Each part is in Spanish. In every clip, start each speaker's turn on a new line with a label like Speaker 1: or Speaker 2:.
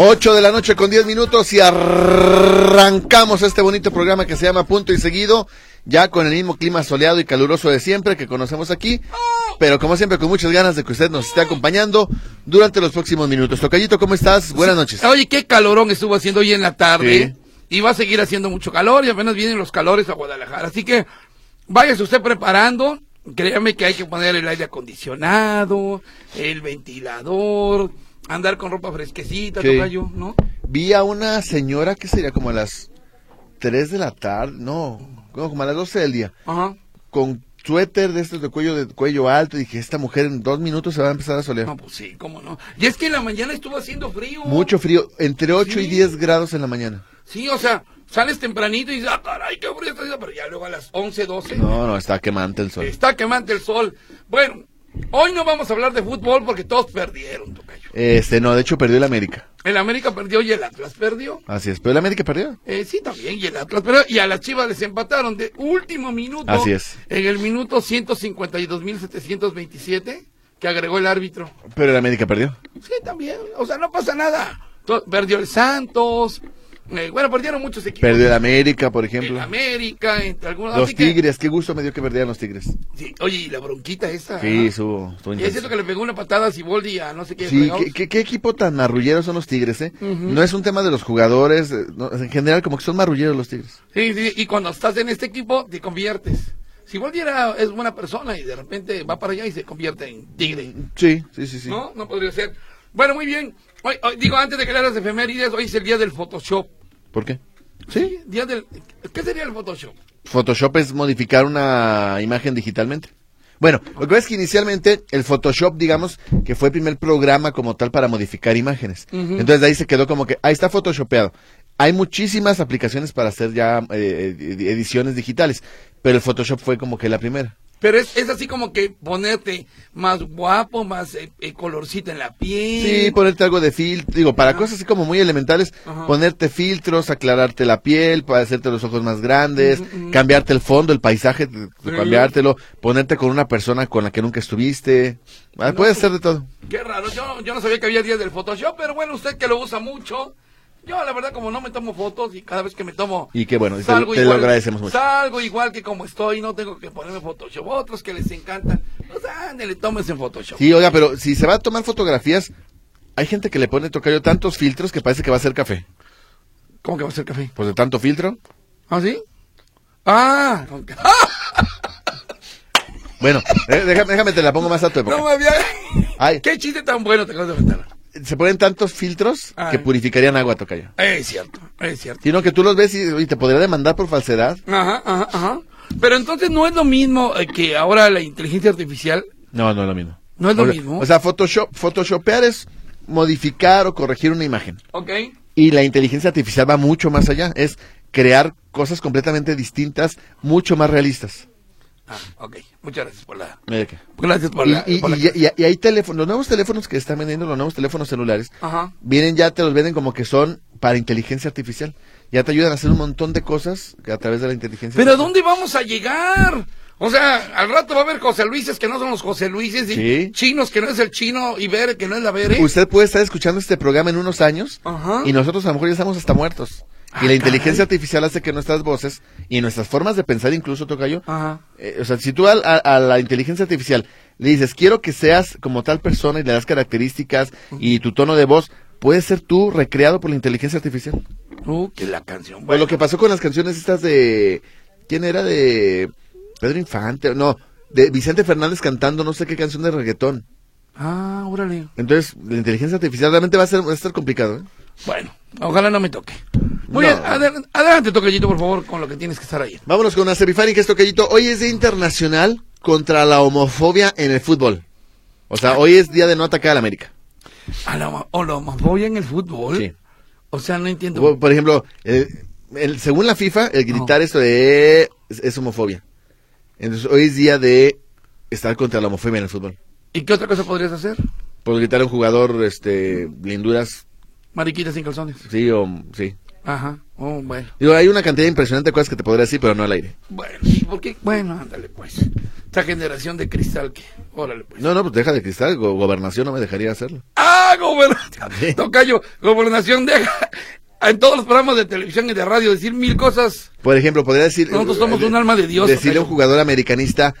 Speaker 1: Ocho de la noche con diez minutos y arrancamos este bonito programa que se llama Punto y Seguido, ya con el mismo clima soleado y caluroso de siempre que conocemos aquí, pero como siempre con muchas ganas de que usted nos esté acompañando durante los próximos minutos. Tocayito, ¿cómo estás? Buenas noches.
Speaker 2: Oye, qué calorón estuvo haciendo hoy en la tarde. Y va a seguir haciendo mucho calor y apenas vienen los calores a Guadalajara. Así que váyase usted preparando. Créame que hay que poner el aire acondicionado, el ventilador, andar con ropa fresquecita,
Speaker 1: Sí.
Speaker 2: tocayo, ¿no?
Speaker 1: Vi a una señora que sería como a las tres de la tarde, no, no, como a las doce del día,
Speaker 2: Ajá.
Speaker 1: con suéter de estos de cuello, de cuello alto, y dije, esta mujer en dos minutos se va a empezar a solear.
Speaker 2: No, pues sí, cómo no. Y es que en la mañana estuvo haciendo frío.
Speaker 1: Mucho frío, entre 8 y
Speaker 2: Sí.
Speaker 1: 10 grados en la mañana.
Speaker 2: Sí, o sea, sales tempranito y dices, ah, caray, qué frío está haciendo. Pero ya luego a las 11, 12.
Speaker 1: No, no, está quemante el sol.
Speaker 2: Está quemante el sol. Bueno, hoy no vamos a hablar de fútbol porque todos perdieron, tocayo.
Speaker 1: Este, no, de hecho perdió el América.
Speaker 2: El América perdió y el Atlas perdió.
Speaker 1: Así es, pero el América perdió.
Speaker 2: Eh, sí, también, y el Atlas perdió. Y a las Chivas les empataron de último minuto.
Speaker 1: Así es.
Speaker 2: En el minuto 152.727 que agregó el árbitro.
Speaker 1: Pero el América perdió.
Speaker 2: Sí, también. O sea, no pasa nada. To- Perdió el Santos. eh, bueno, perdieron muchos equipos.
Speaker 1: Perdió el América, por
Speaker 2: el
Speaker 1: ejemplo.
Speaker 2: América, entre algunos.
Speaker 1: Los
Speaker 2: así que-
Speaker 1: Tigres, qué gusto me dio que perdieran los Tigres.
Speaker 2: sí, oye, y la bronquita esa.
Speaker 1: Sí,
Speaker 2: ¿ah?
Speaker 1: estuvo, estuvo
Speaker 2: Y es cierto
Speaker 1: intenso.
Speaker 2: que le pegó una patada a Siboldi a no sé qué.
Speaker 1: Sí,
Speaker 2: fregados.
Speaker 1: ¿qué, qué, qué equipo tan marrullero son los Tigres, ¿eh? No es un tema de los jugadores, eh, no, en general como que son marrulleros los Tigres.
Speaker 2: Sí, sí, y cuando estás en este equipo te conviertes. Si volviera es buena persona y de repente va para allá y se convierte en tigre.
Speaker 1: Sí, sí, sí, sí.
Speaker 2: ¿No? No podría ser. Bueno, muy bien. Hoy, hoy- digo, antes de que le hagas efemérides, hoy es el día del Photoshop.
Speaker 1: ¿Por qué? Sí.
Speaker 2: Día del... ¿Qué sería el Photoshop?
Speaker 1: Photoshop es modificar una imagen digitalmente. Bueno, lo que pasa es que inicialmente el Photoshop, digamos, que fue el primer programa como tal para modificar imágenes. Entonces de ahí se quedó como que, ahí está photoshopeado. Hay muchísimas aplicaciones para hacer ya eh, ed- ediciones digitales, pero el Photoshop fue como que la primera.
Speaker 2: Pero es, es así como que ponerte más guapo, más eh, eh, colorcito en la piel.
Speaker 1: Sí, ponerte algo de filtro, digo, para cosas así como muy elementales,
Speaker 2: Ajá.
Speaker 1: ponerte filtros, aclararte la piel, para hacerte los ojos más grandes, cambiarte el fondo, el paisaje, t-
Speaker 2: Sí.
Speaker 1: cambiártelo, ponerte con una persona con la que nunca estuviste, Ah, puedes hacer de todo.
Speaker 2: Qué raro, yo, yo no sabía que había días del Photoshop, pero bueno, usted que lo usa mucho. Yo, la verdad, como no me tomo fotos y cada vez que me tomo.
Speaker 1: Y qué bueno, te- te lo agradecemos mucho.
Speaker 2: Salgo igual que como estoy, no tengo que ponerme Photoshop. Otros que les encantan. Pues ándale, tómense en Photoshop.
Speaker 1: Sí, oiga, pero si se va a tomar fotografías, hay gente que le pone tocayo tantos filtros que parece que va a ser café.
Speaker 2: ¿Cómo que va a ser café?
Speaker 1: Pues de tanto filtro.
Speaker 2: ¿Ah, sí? ¡Ah! con-
Speaker 1: Bueno, eh, déjame, déjame te la pongo más a tu época.
Speaker 2: No me había.
Speaker 1: Ay.
Speaker 2: ¡Qué chiste tan bueno te acabas de inventar!
Speaker 1: Se ponen tantos filtros
Speaker 2: Ay.
Speaker 1: que purificarían agua, tocayo.
Speaker 2: Es cierto, es cierto.
Speaker 1: Sino que tú los ves y, y te podría demandar por falsedad.
Speaker 2: Ajá, ajá, ajá. Pero entonces no es lo mismo eh, que ahora la inteligencia artificial.
Speaker 1: No, no es lo mismo.
Speaker 2: No es lo
Speaker 1: o sea,
Speaker 2: mismo.
Speaker 1: O sea, Photoshop, Photoshopear es modificar o corregir una imagen.
Speaker 2: ¿Ok?
Speaker 1: Y la inteligencia artificial va mucho más allá. Es crear cosas completamente distintas, mucho más realistas.
Speaker 2: Ah, ok. Muchas gracias por la.
Speaker 1: Mira que-
Speaker 2: Gracias por
Speaker 1: Y,
Speaker 2: la.
Speaker 1: y-
Speaker 2: por la-
Speaker 1: y- y- y hay teléfonos, los nuevos teléfonos que están vendiendo, los nuevos teléfonos celulares,
Speaker 2: Ajá.
Speaker 1: vienen ya, te los venden como que son para inteligencia artificial. Ya te ayudan a hacer un montón de cosas a través de la inteligencia
Speaker 2: Pero ¿a
Speaker 1: artificial.
Speaker 2: dónde vamos a llegar? O sea, al rato va a haber José Luises que no son los José Luises y
Speaker 1: Sí. Pues-
Speaker 2: chinos que no es el chino y Bere que no es la Bere.
Speaker 1: Usted puede estar escuchando este programa en unos años
Speaker 2: Ajá.
Speaker 1: y nosotros a lo mejor ya estamos hasta muertos.
Speaker 2: Ah,
Speaker 1: y la inteligencia
Speaker 2: caray.
Speaker 1: artificial hace que nuestras voces y nuestras formas de pensar, incluso Tocayo,
Speaker 2: Ajá.
Speaker 1: eh, o sea, si tú al- a, a la inteligencia artificial le dices, quiero que seas como tal persona y le das características y tu tono de voz, puedes ser tú recreado por la inteligencia artificial.
Speaker 2: Uh, que la canción.
Speaker 1: O lo que pasó con las canciones estas de... ¿Quién era? De Pedro Infante, no, de Vicente Fernández cantando no sé qué canción de reggaetón.
Speaker 2: Ah, órale.
Speaker 1: Entonces, la inteligencia artificial realmente va a, ser, va a estar complicado. ¿eh?
Speaker 2: Bueno, ojalá no me toque. Muy
Speaker 1: No.
Speaker 2: bien, adel- adelante, Tocayito, por favor, con lo que tienes que estar ahí.
Speaker 1: Vámonos con la semifari que es toquellito. Hoy es Día Internacional contra la homofobia en el fútbol. O sea, hoy es día de no atacar al América.
Speaker 2: A la, homo- o la homofobia en el fútbol.
Speaker 1: Sí.
Speaker 2: O sea, no entiendo.
Speaker 1: Por por ejemplo, eh, el- según la FIFA, el gritar esto de "Eh", es, es homofobia. Entonces, hoy es día de estar contra la homofobia en el fútbol.
Speaker 2: ¿Y qué otra cosa podrías hacer?
Speaker 1: Por gritar a un jugador, este, linduras,
Speaker 2: Mariquita sin calzones.
Speaker 1: sí o sí.
Speaker 2: Ajá. Oh, bueno.
Speaker 1: Digo, hay una cantidad impresionante de cosas que te podría decir, pero no al aire.
Speaker 2: Bueno, ¿y por qué? Bueno, ándale, pues. Esta generación de cristal que. Órale, pues.
Speaker 1: No, no, pues deja de cristal, go- gobernación no me dejaría hacerlo.
Speaker 2: ¡Ah, gobernación! Tocayo, gobernación deja en todos los programas de televisión y de radio decir mil cosas.
Speaker 1: Por ejemplo, podría decir...
Speaker 2: Nosotros somos
Speaker 1: eh,
Speaker 2: un alma de Dios,
Speaker 1: Decirle a un
Speaker 2: Tocayo.
Speaker 1: jugador americanista...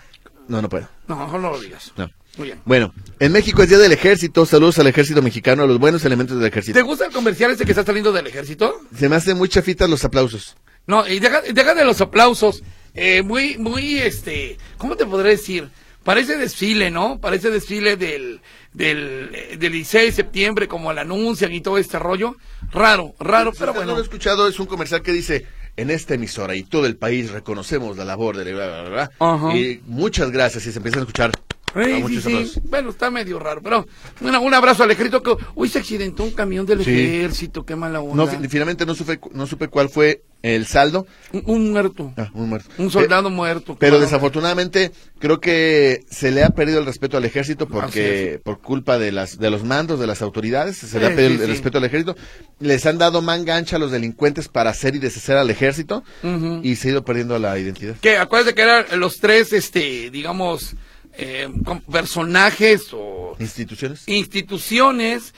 Speaker 1: No, no puedo.
Speaker 2: No, mejor no lo digas.
Speaker 1: No.
Speaker 2: Muy bien.
Speaker 1: Bueno, en México es Día del Ejército. Saludos al Ejército Mexicano, a los buenos elementos del
Speaker 2: ¿Te
Speaker 1: Ejército.
Speaker 2: gusta el comercial ese que está saliendo del ejército?
Speaker 1: Se me hacen muy chafitas los aplausos.
Speaker 2: No, y deja, deja de los aplausos. Eh, muy, muy, este, ¿cómo te podré decir? Parece desfile, ¿no? Parece desfile del, del, eh, del 16 de septiembre, como la anuncian y todo este rollo. Raro, raro, pero
Speaker 1: Usted no
Speaker 2: bueno.
Speaker 1: lo he escuchado, es un comercial que dice, en esta emisora y todo el país reconocemos la labor de... Bla, bla, bla, bla".
Speaker 2: Ajá.
Speaker 1: Y muchas gracias, y se empiezan a escuchar
Speaker 2: Ey,
Speaker 1: a
Speaker 2: sí,
Speaker 1: muchos
Speaker 2: sí.
Speaker 1: aplausos.
Speaker 2: Bueno, está medio raro, pero bueno, un abrazo al ejército. Que, uy, se accidentó un camión del
Speaker 1: Sí.
Speaker 2: ejército, qué mala onda.
Speaker 1: No, fi- finalmente no supe, no supe cuál fue el saldo.
Speaker 2: un, un muerto,
Speaker 1: Ah, un muerto.
Speaker 2: un soldado muerto.
Speaker 1: Pero
Speaker 2: Bueno,
Speaker 1: desafortunadamente creo que se le ha perdido el respeto al ejército
Speaker 2: Así
Speaker 1: porque por culpa de las de los mandos de las autoridades se le
Speaker 2: Sí,
Speaker 1: ha perdido
Speaker 2: sí,
Speaker 1: el
Speaker 2: sí.
Speaker 1: respeto al ejército. Les han dado manga ancha a los delincuentes para hacer y deshacer al ejército
Speaker 2: Ujú.
Speaker 1: y se ha ido perdiendo la identidad.
Speaker 2: Que acuérdate que eran los tres, este, digamos, eh, con personajes o
Speaker 1: Instituciones.
Speaker 2: instituciones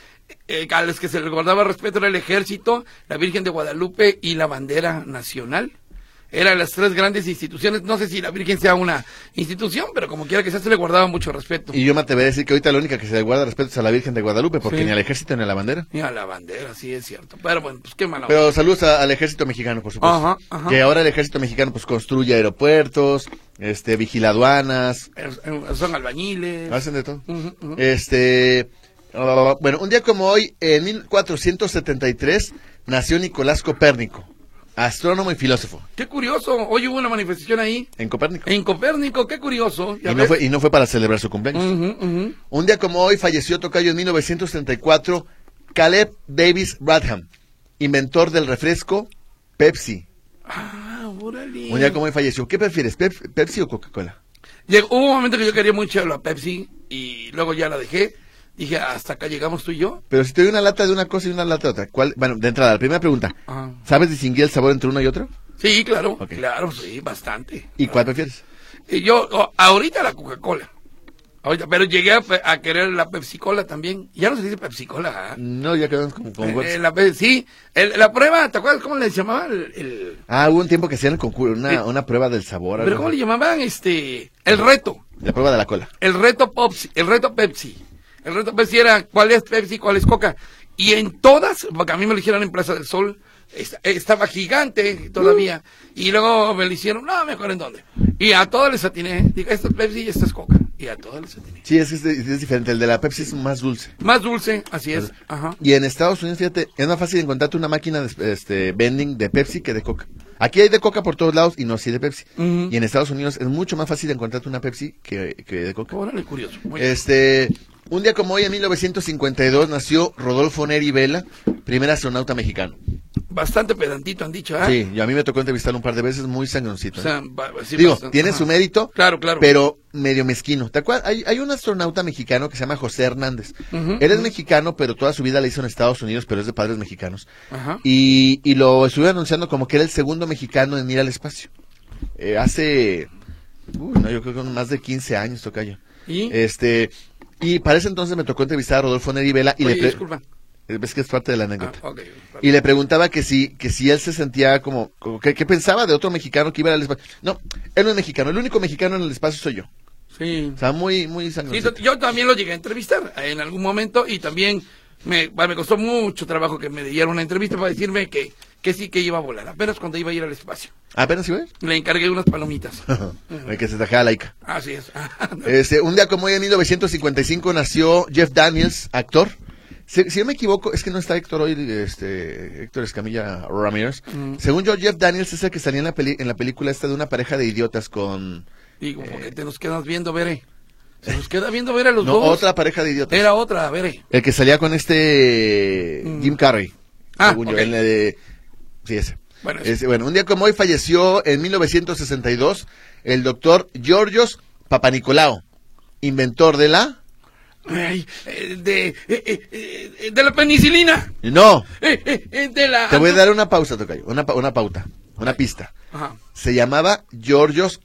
Speaker 2: eh, a las que se les guardaba respeto era el ejército, la Virgen de Guadalupe y la bandera nacional. Eran las tres grandes instituciones. No sé si la Virgen sea una institución, pero como quiera que sea, se le guardaba mucho respeto.
Speaker 1: Y yo me atrevería a decir que ahorita la única que se le guarda respeto es a la Virgen de Guadalupe porque
Speaker 2: Sí.
Speaker 1: ni al ejército ni a la bandera.
Speaker 2: Y a la bandera, sí es cierto. Pero bueno, pues qué mala onda.
Speaker 1: Pero saludos a- al ejército mexicano, por supuesto.
Speaker 2: Ajá, ajá.
Speaker 1: Que ahora el ejército mexicano pues construye aeropuertos, este vigila aduanas,
Speaker 2: Eh, eh, Son albañiles.
Speaker 1: hacen de todo.
Speaker 2: Ujú, ujú.
Speaker 1: Este, ah, bueno, un día como hoy, en 1473, nació Nicolás Copérnico, astrónomo y filósofo.
Speaker 2: Qué curioso. Hoy hubo una manifestación ahí
Speaker 1: En Copérnico.
Speaker 2: en Copérnico. Qué curioso.
Speaker 1: Y no, fue, y no fue para celebrar su cumpleaños.
Speaker 2: Mm.
Speaker 1: Un día como hoy falleció Tocayo en 1934 Caleb Davis Bradham, inventor del refresco Pepsi.
Speaker 2: Ah, órale.
Speaker 1: Un día como hoy falleció. ¿Qué prefieres, Pep- Pepsi o Coca-Cola?
Speaker 2: Llegó, hubo un momento que yo quería mucho la Pepsi y luego ya la dejé. Dije, hasta acá llegamos tú y yo.
Speaker 1: Pero si te doy una lata de una cosa y una lata de otra, ¿cuál? Bueno, de entrada, la primera pregunta.
Speaker 2: Ajá.
Speaker 1: ¿Sabes distinguir el sabor entre uno y otro?
Speaker 2: Sí, claro,
Speaker 1: Ah. Ok.
Speaker 2: claro, sí, bastante.
Speaker 1: ¿Y cuál prefieres?
Speaker 2: Y yo, o- ahorita la Coca-Cola. Ahorita, pero llegué a, pe- a querer la Pepsi-Cola también. Ya no se dice Pepsi-Cola. ¿ah?
Speaker 1: No, ya quedamos como con
Speaker 2: Eh,
Speaker 1: Pepsi.
Speaker 2: eh, la Pe- sí, el- la prueba, ¿te acuerdas cómo le llamaba? El, el-
Speaker 1: Ah, hubo un tiempo que hacían el concurso,
Speaker 2: Sí.
Speaker 1: una, una prueba del sabor.
Speaker 2: ¿Pero
Speaker 1: algo
Speaker 2: cómo le
Speaker 1: así.
Speaker 2: llamaban? Este, el reto.
Speaker 1: La prueba de la cola.
Speaker 2: El reto Pepsi, el reto Pepsi. El reto Pepsi era cuál es Pepsi, cuál es Coca. Y en todas, porque a mí me lo hicieron en Plaza del Sol, est- estaba gigante todavía.
Speaker 1: Uh.
Speaker 2: Y luego me lo hicieron, no, mejor en dónde. Y a todas les atiné. Dije, esta es Pepsi y esta es Coca. Y a todas les atiné.
Speaker 1: Sí, es que es, es diferente. El de la Pepsi es más dulce.
Speaker 2: Más dulce, así es. Ajá.
Speaker 1: Y en Estados Unidos, fíjate, es más fácil encontrarte una máquina de este, vending de Pepsi que de Coca. Aquí hay de Coca por todos lados y no así de Pepsi.
Speaker 2: Ujú.
Speaker 1: Y en Estados Unidos es mucho más fácil encontrarte una Pepsi que, que de Coca.
Speaker 2: Órale, curioso. Muy bien.
Speaker 1: Este, un día como hoy, en 1952, nació Rodolfo Neri Vela, primer astronauta mexicano.
Speaker 2: Bastante pedantito han dicho, ¿ah?
Speaker 1: Sí, y a mí me tocó entrevistarlo un par de veces, muy sangroncito.
Speaker 2: O
Speaker 1: ¿eh?
Speaker 2: sea, ba- sí,
Speaker 1: Digo,
Speaker 2: bastante,
Speaker 1: tiene
Speaker 2: ajá.
Speaker 1: su mérito,
Speaker 2: Claro, claro.
Speaker 1: pero medio mezquino. ¿Te acuerdas? Hay, hay un astronauta mexicano que se llama José Hernández. Él es mexicano, pero toda su vida la hizo en Estados Unidos, pero es de padres mexicanos.
Speaker 2: Ajá.
Speaker 1: Y, y lo estuve anunciando como que era el segundo mexicano en ir al espacio. Eh, hace, uy, no, yo creo que más de 15 años, tocayo.
Speaker 2: ¿Y?
Speaker 1: Este, y para ese entonces me tocó entrevistar a Rodolfo Neri Vela y
Speaker 2: Oye,
Speaker 1: le... pre-
Speaker 2: disculpa.
Speaker 1: Es que es parte de la
Speaker 2: Ah,
Speaker 1: anécdota.
Speaker 2: ok.
Speaker 1: Y le preguntaba que si, que si él se sentía como, como que, que pensaba de otro mexicano que iba al espacio. No, él no es mexicano, el único mexicano en el espacio soy yo.
Speaker 2: Sí.
Speaker 1: O sea, muy, muy
Speaker 2: Sí,
Speaker 1: sangroncito.
Speaker 2: to- yo también lo llegué a entrevistar eh, en algún momento y también me, bueno, me costó mucho trabajo que me dieran una entrevista para decirme que, que sí que iba a volar, apenas cuando iba a ir al espacio.
Speaker 1: Apenas iba a ir.
Speaker 2: Le encargué unas palomitas.
Speaker 1: El que se tajaba la ICA.
Speaker 2: Así es.
Speaker 1: Este, un día como hoy en 1955 nació Jeff Daniels, actor. Si, si no me equivoco, es que no está Héctor hoy, este, Héctor Escamilla Ramírez.
Speaker 2: Mm.
Speaker 1: Según yo, Jeff Daniels es el que salía en la, peli- en la película esta de una pareja de idiotas con...
Speaker 2: Digo,
Speaker 1: Eh.
Speaker 2: porque te nos quedas viendo, Veré. Se nos queda viendo ver a los
Speaker 1: No,
Speaker 2: dos.
Speaker 1: otra pareja de idiotas.
Speaker 2: Era otra, Veré.
Speaker 1: El que salía con este Jim Carrey.
Speaker 2: Ah,
Speaker 1: según yo,
Speaker 2: ok.
Speaker 1: en la de- Sí, ese.
Speaker 2: Bueno,
Speaker 1: Este, bueno, un día como hoy falleció en 1962 el doctor Georgios Papanicolao, inventor de la...
Speaker 2: Ay, eh, de, eh, eh, eh, de la penicilina.
Speaker 1: No,
Speaker 2: Eh, eh, eh, de la.
Speaker 1: te voy a dar una pausa, Tocayo, una, pa- una pauta, una pista.
Speaker 2: Ajá.
Speaker 1: Se llamaba Georgios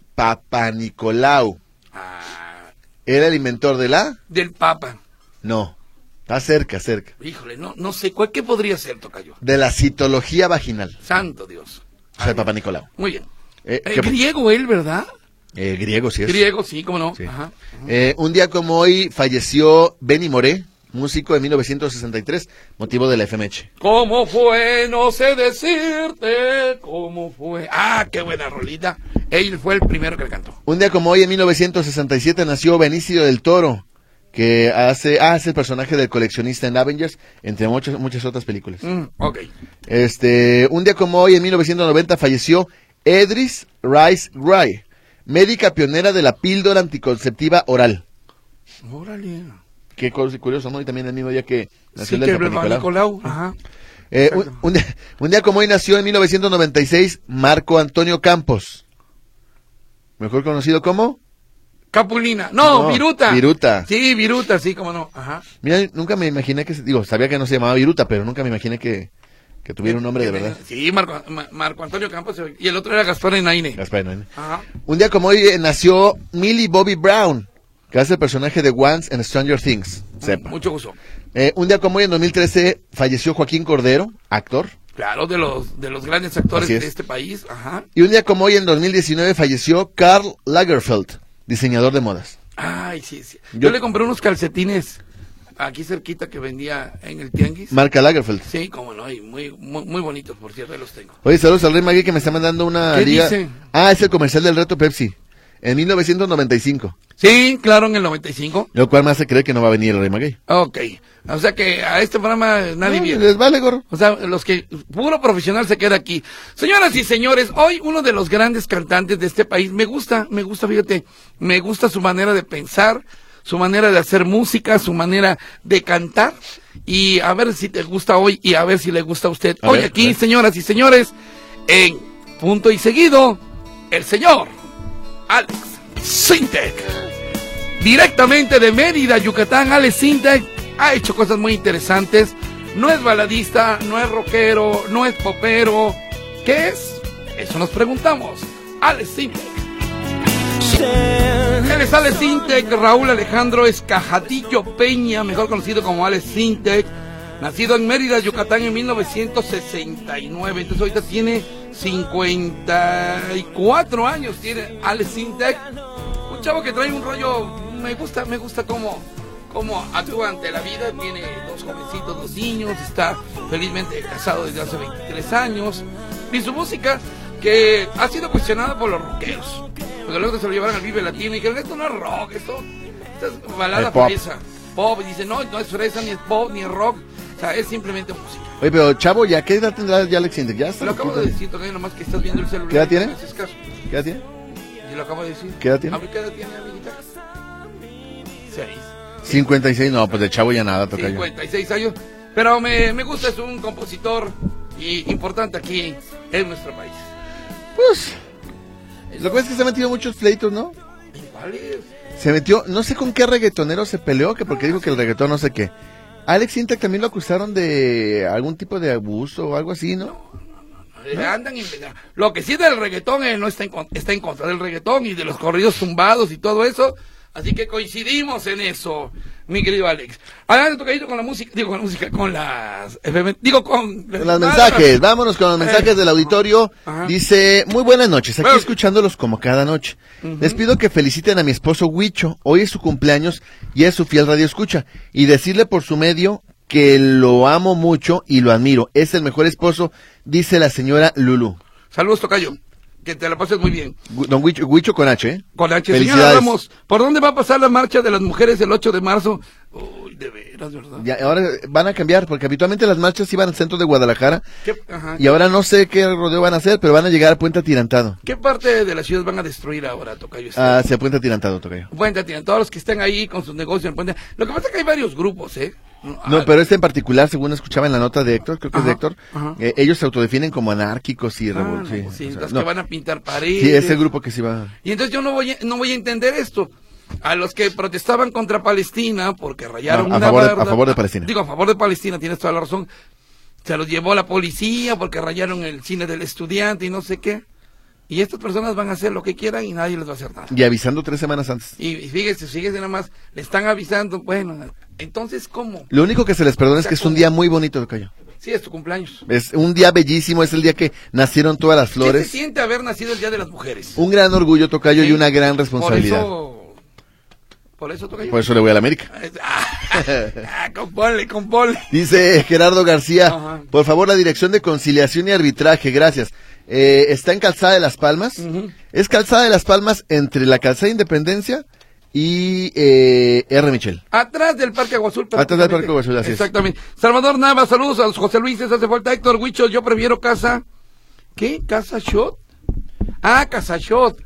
Speaker 1: Papanicolau.
Speaker 2: Ah,
Speaker 1: ¿Era el inventor de la...?
Speaker 2: del Papa.
Speaker 1: No, está cerca, cerca.
Speaker 2: Híjole, no, no sé. ¿Cuál qué podría ser, Tocayo?
Speaker 1: De la citología vaginal.
Speaker 2: Santo Dios.
Speaker 1: O sea, Papanicolau.
Speaker 2: Muy bien.
Speaker 1: Eh,
Speaker 2: Eh,
Speaker 1: ¿qué-
Speaker 2: griego él, ¿verdad?
Speaker 1: eh, griego, sí es.
Speaker 2: Griego, sí, cómo no.
Speaker 1: Sí.
Speaker 2: Ajá.
Speaker 1: Eh, un día como hoy falleció Benny Moré, músico de 1963, motivo de la FMH.
Speaker 2: ¿Cómo fue? No sé decirte cómo fue. Ah, qué buena rolita. Él fue el primero que le cantó.
Speaker 1: Un día como hoy, en 1967, nació Benicio del Toro, que hace, ah, es el personaje del coleccionista en Avengers, entre muchas, muchas otras películas.
Speaker 2: Mm, ok.
Speaker 1: Este, un día como hoy, en 1990, falleció Edris Rice Gray, médica pionera de la píldora anticonceptiva oral.
Speaker 2: Órale.
Speaker 1: Qué cosa curioso, ¿no? Y también el mismo día que nació
Speaker 2: Sí,
Speaker 1: el
Speaker 2: que
Speaker 1: del
Speaker 2: el
Speaker 1: Papa Nicolau.
Speaker 2: Nicolau. Ajá.
Speaker 1: Eh, un, un día, un día como hoy nació en 1996 Marco Antonio Campos, mejor conocido como...
Speaker 2: Capulina. No,
Speaker 1: No,
Speaker 2: Viruta.
Speaker 1: Viruta.
Speaker 2: Sí, Viruta, sí, cómo no. Ajá.
Speaker 1: Mira, nunca me imaginé que... se- Digo, sabía que no se llamaba Viruta, pero nunca me imaginé que, que tuviera un nombre de verdad.
Speaker 2: Sí, Marco, Ma- Marco Antonio Campos. Y el otro era Gaspar Enaine.
Speaker 1: Gaspar Noé.
Speaker 2: Ajá.
Speaker 1: Un día como hoy eh, nació Millie Bobby Brown, que hace el personaje de Once en Stranger Things. Sepa.
Speaker 2: Mucho gusto.
Speaker 1: Eh, un día como hoy, en 2013, falleció Joaquín Cordero, actor.
Speaker 2: Claro, de los, de los grandes actores
Speaker 1: Así es.
Speaker 2: de este país. Ajá.
Speaker 1: Y un día como hoy, en 2019, falleció Karl Lagerfeld, diseñador de modas.
Speaker 2: Ay, sí, sí. Yo,
Speaker 1: Yo-
Speaker 2: le compré unos calcetines aquí cerquita que vendía en el tianguis.
Speaker 1: Marca Lagerfeld.
Speaker 2: Sí, cómo no, y muy, muy, muy bonitos, por cierto, ahí los tengo.
Speaker 1: Oye, saludos al Rey Magui que me está mandando una
Speaker 2: ¿Qué
Speaker 1: liga.
Speaker 2: dice?
Speaker 1: Ah, es el comercial del reto Pepsi. En 1995.
Speaker 2: Sí, claro, en el 95.
Speaker 1: Lo cual me hace creer que no va a venir el Rey Magui.
Speaker 2: Ok. O sea que a este programa nadie
Speaker 1: No,
Speaker 2: viene.
Speaker 1: Les vale, gorro.
Speaker 2: O sea, los que puro profesional se queda aquí. Señoras y señores, hoy uno de los grandes cantantes de este país, me gusta, me gusta, fíjate, me gusta su manera de pensar, su manera de hacer música, su manera de cantar. Y a ver si te gusta hoy y a ver si le gusta a usted.
Speaker 1: A
Speaker 2: hoy
Speaker 1: ver, a
Speaker 2: aquí,
Speaker 1: ver.
Speaker 2: señoras y señores, en punto y seguido, el señor Alex Sintec directamente de Mérida, Yucatán, Alex Sintek ha hecho cosas muy interesantes. No es baladista, no es rockero, no es popero. ¿Qué es? Eso nos preguntamos. Alex Sintek. Él es Alex Sintek, Raúl Alejandro Escajatillo Peña, mejor conocido como Alex Sintek, nacido en Mérida, Yucatán en 1969. Entonces ahorita tiene 54 años, tiene Alex Sintek. Un chavo que trae un rollo, me gusta, me gusta cómo, cómo actúa ante la vida, tiene dos jovencitos, dos niños, está felizmente casado desde hace 23 años. Y su música, que ha sido cuestionada por los rockeros. Porque luego se lo llevaron al Vive Latino y dijeron, esto no es rock, esto, esto es balada
Speaker 1: Es pop.
Speaker 2: fresa. Pop, y dice, no, no es fresa, ni es pop, ni es rock. O sea, es simplemente música.
Speaker 1: Oye, pero chavo, ¿ya qué edad tendrá ya Alex Sintek? ¿Ya está
Speaker 2: Lo acabo
Speaker 1: loquito?
Speaker 2: de decir, todavía nomás que estás viendo el celular.
Speaker 1: ¿Qué edad tiene?
Speaker 2: No haces caso.
Speaker 1: ¿Qué edad tiene?
Speaker 2: Y lo acabo de decir.
Speaker 1: ¿Qué edad tiene?
Speaker 2: A ver, ¿qué edad tiene, amiguita? Seis.
Speaker 1: 56. No, pues de chavo ya nada, toca
Speaker 2: 56 años. Pero me, me gusta, es un compositor y importante aquí en nuestro país.
Speaker 1: Pues. Lo que pasa es que se ha metido muchos pleitos, ¿no?
Speaker 2: ¿Cuál es?
Speaker 1: Se metió, no sé con qué reggaetonero se peleó, que porque dijo que el reggaetón no sé qué. Alex Sintek también lo acusaron de algún tipo de abuso o algo así, ¿no?
Speaker 2: Eh, Andan inventando. Lo que sí del reggaetón eh, no está en, con- está en contra del reggaetón y de los corridos tumbados y todo eso. Así que coincidimos en eso, mi querido Alex. Adelante, tocadito con la música. Digo, con la música, con las. FM, digo, con.
Speaker 1: Con los mensajes, vámonos con los mensajes del auditorio.
Speaker 2: Ajá.
Speaker 1: Dice, muy buenas noches, aquí
Speaker 2: Bueno.
Speaker 1: escuchándolos como cada noche. Les pido que feliciten a mi esposo Huicho, hoy es su cumpleaños y es su fiel radio escucha, y decirle por su medio que lo amo mucho y lo admiro, es el mejor esposo, dice la señora Lulu.
Speaker 2: Saludos, tocayo. Que te la pases muy bien.
Speaker 1: Gu- Don Huicho, Huicho con H, ¿eh?
Speaker 2: Con la H. Señora
Speaker 1: Felicidades.
Speaker 2: Ramos, ¿por dónde va a pasar la marcha de las mujeres el 8 de marzo? Uy, de veras, ¿verdad?
Speaker 1: Ya, ahora van a cambiar, porque habitualmente las marchas iban al centro de Guadalajara,
Speaker 2: ¿Qué, ajá.
Speaker 1: y ahora no sé qué rodeo van a hacer, pero van a llegar a Puente Atirantado.
Speaker 2: ¿Qué parte de la ciudad van a destruir ahora, Tocayo? Este,
Speaker 1: Ah. Hacia Puente Atirantado, tocayo.
Speaker 2: Puente Atirantado, todos los que están ahí con sus negocios en Puente. Lo que pasa es que hay varios grupos, ¿eh?
Speaker 1: No, pero este en particular, según escuchaba en la nota de Héctor, creo que es de
Speaker 2: Ajá,
Speaker 1: Héctor,
Speaker 2: ajá.
Speaker 1: eh, ellos se autodefinen como anárquicos y
Speaker 2: Ah,
Speaker 1: revol- sí,
Speaker 2: no, sí,
Speaker 1: o sea,
Speaker 2: los
Speaker 1: no.
Speaker 2: que van a pintar paredes.
Speaker 1: Sí, es el grupo que se va.
Speaker 2: Y entonces yo no voy a, no voy a entender esto. A los que protestaban contra Palestina porque rayaron
Speaker 1: No, a
Speaker 2: una
Speaker 1: favor de-
Speaker 2: barda-
Speaker 1: a favor de Palestina.
Speaker 2: Digo, a favor de Palestina, tienes toda la razón. Se los llevó la policía porque rayaron el cine del estudiante y no sé qué. Y estas personas van a hacer lo que quieran y nadie les va a hacer nada.
Speaker 1: Y avisando tres semanas antes.
Speaker 2: Y, y fíjese, fíjese nada más, le están avisando, bueno, entonces ¿cómo?
Speaker 1: Lo único que se les perdona es que es un día muy bonito, Tocayo.
Speaker 2: Sí, es tu cumpleaños.
Speaker 1: Es un día bellísimo, es el día que nacieron todas las
Speaker 2: ¿Qué se
Speaker 1: flores.
Speaker 2: siente haber nacido el Día de las Mujeres?
Speaker 1: Un gran orgullo, Tocayo, y
Speaker 2: Sí.
Speaker 1: una gran responsabilidad.
Speaker 2: Por eso, por eso toca yo.
Speaker 1: Por eso le voy a la América.
Speaker 2: Ah, compónle, compónle.
Speaker 1: Dice Gerardo García,
Speaker 2: Ajá.
Speaker 1: por favor, la Dirección de Conciliación y Arbitraje, gracias. Eh, está en Calzada de las Palmas. Es Calzada de las Palmas entre la Calzada Independencia y eh, R. Michel.
Speaker 2: Atrás del Parque Agua Azul.
Speaker 1: Atrás del
Speaker 2: prácticamente.
Speaker 1: Parque Agua Azul, así es.
Speaker 2: Exactamente. Salvador Nava, saludos a los José Luis, hace falta Héctor Huicho, yo prefiero casa. ¿Qué? ¿Casa Shot? Ah, Casa Shot.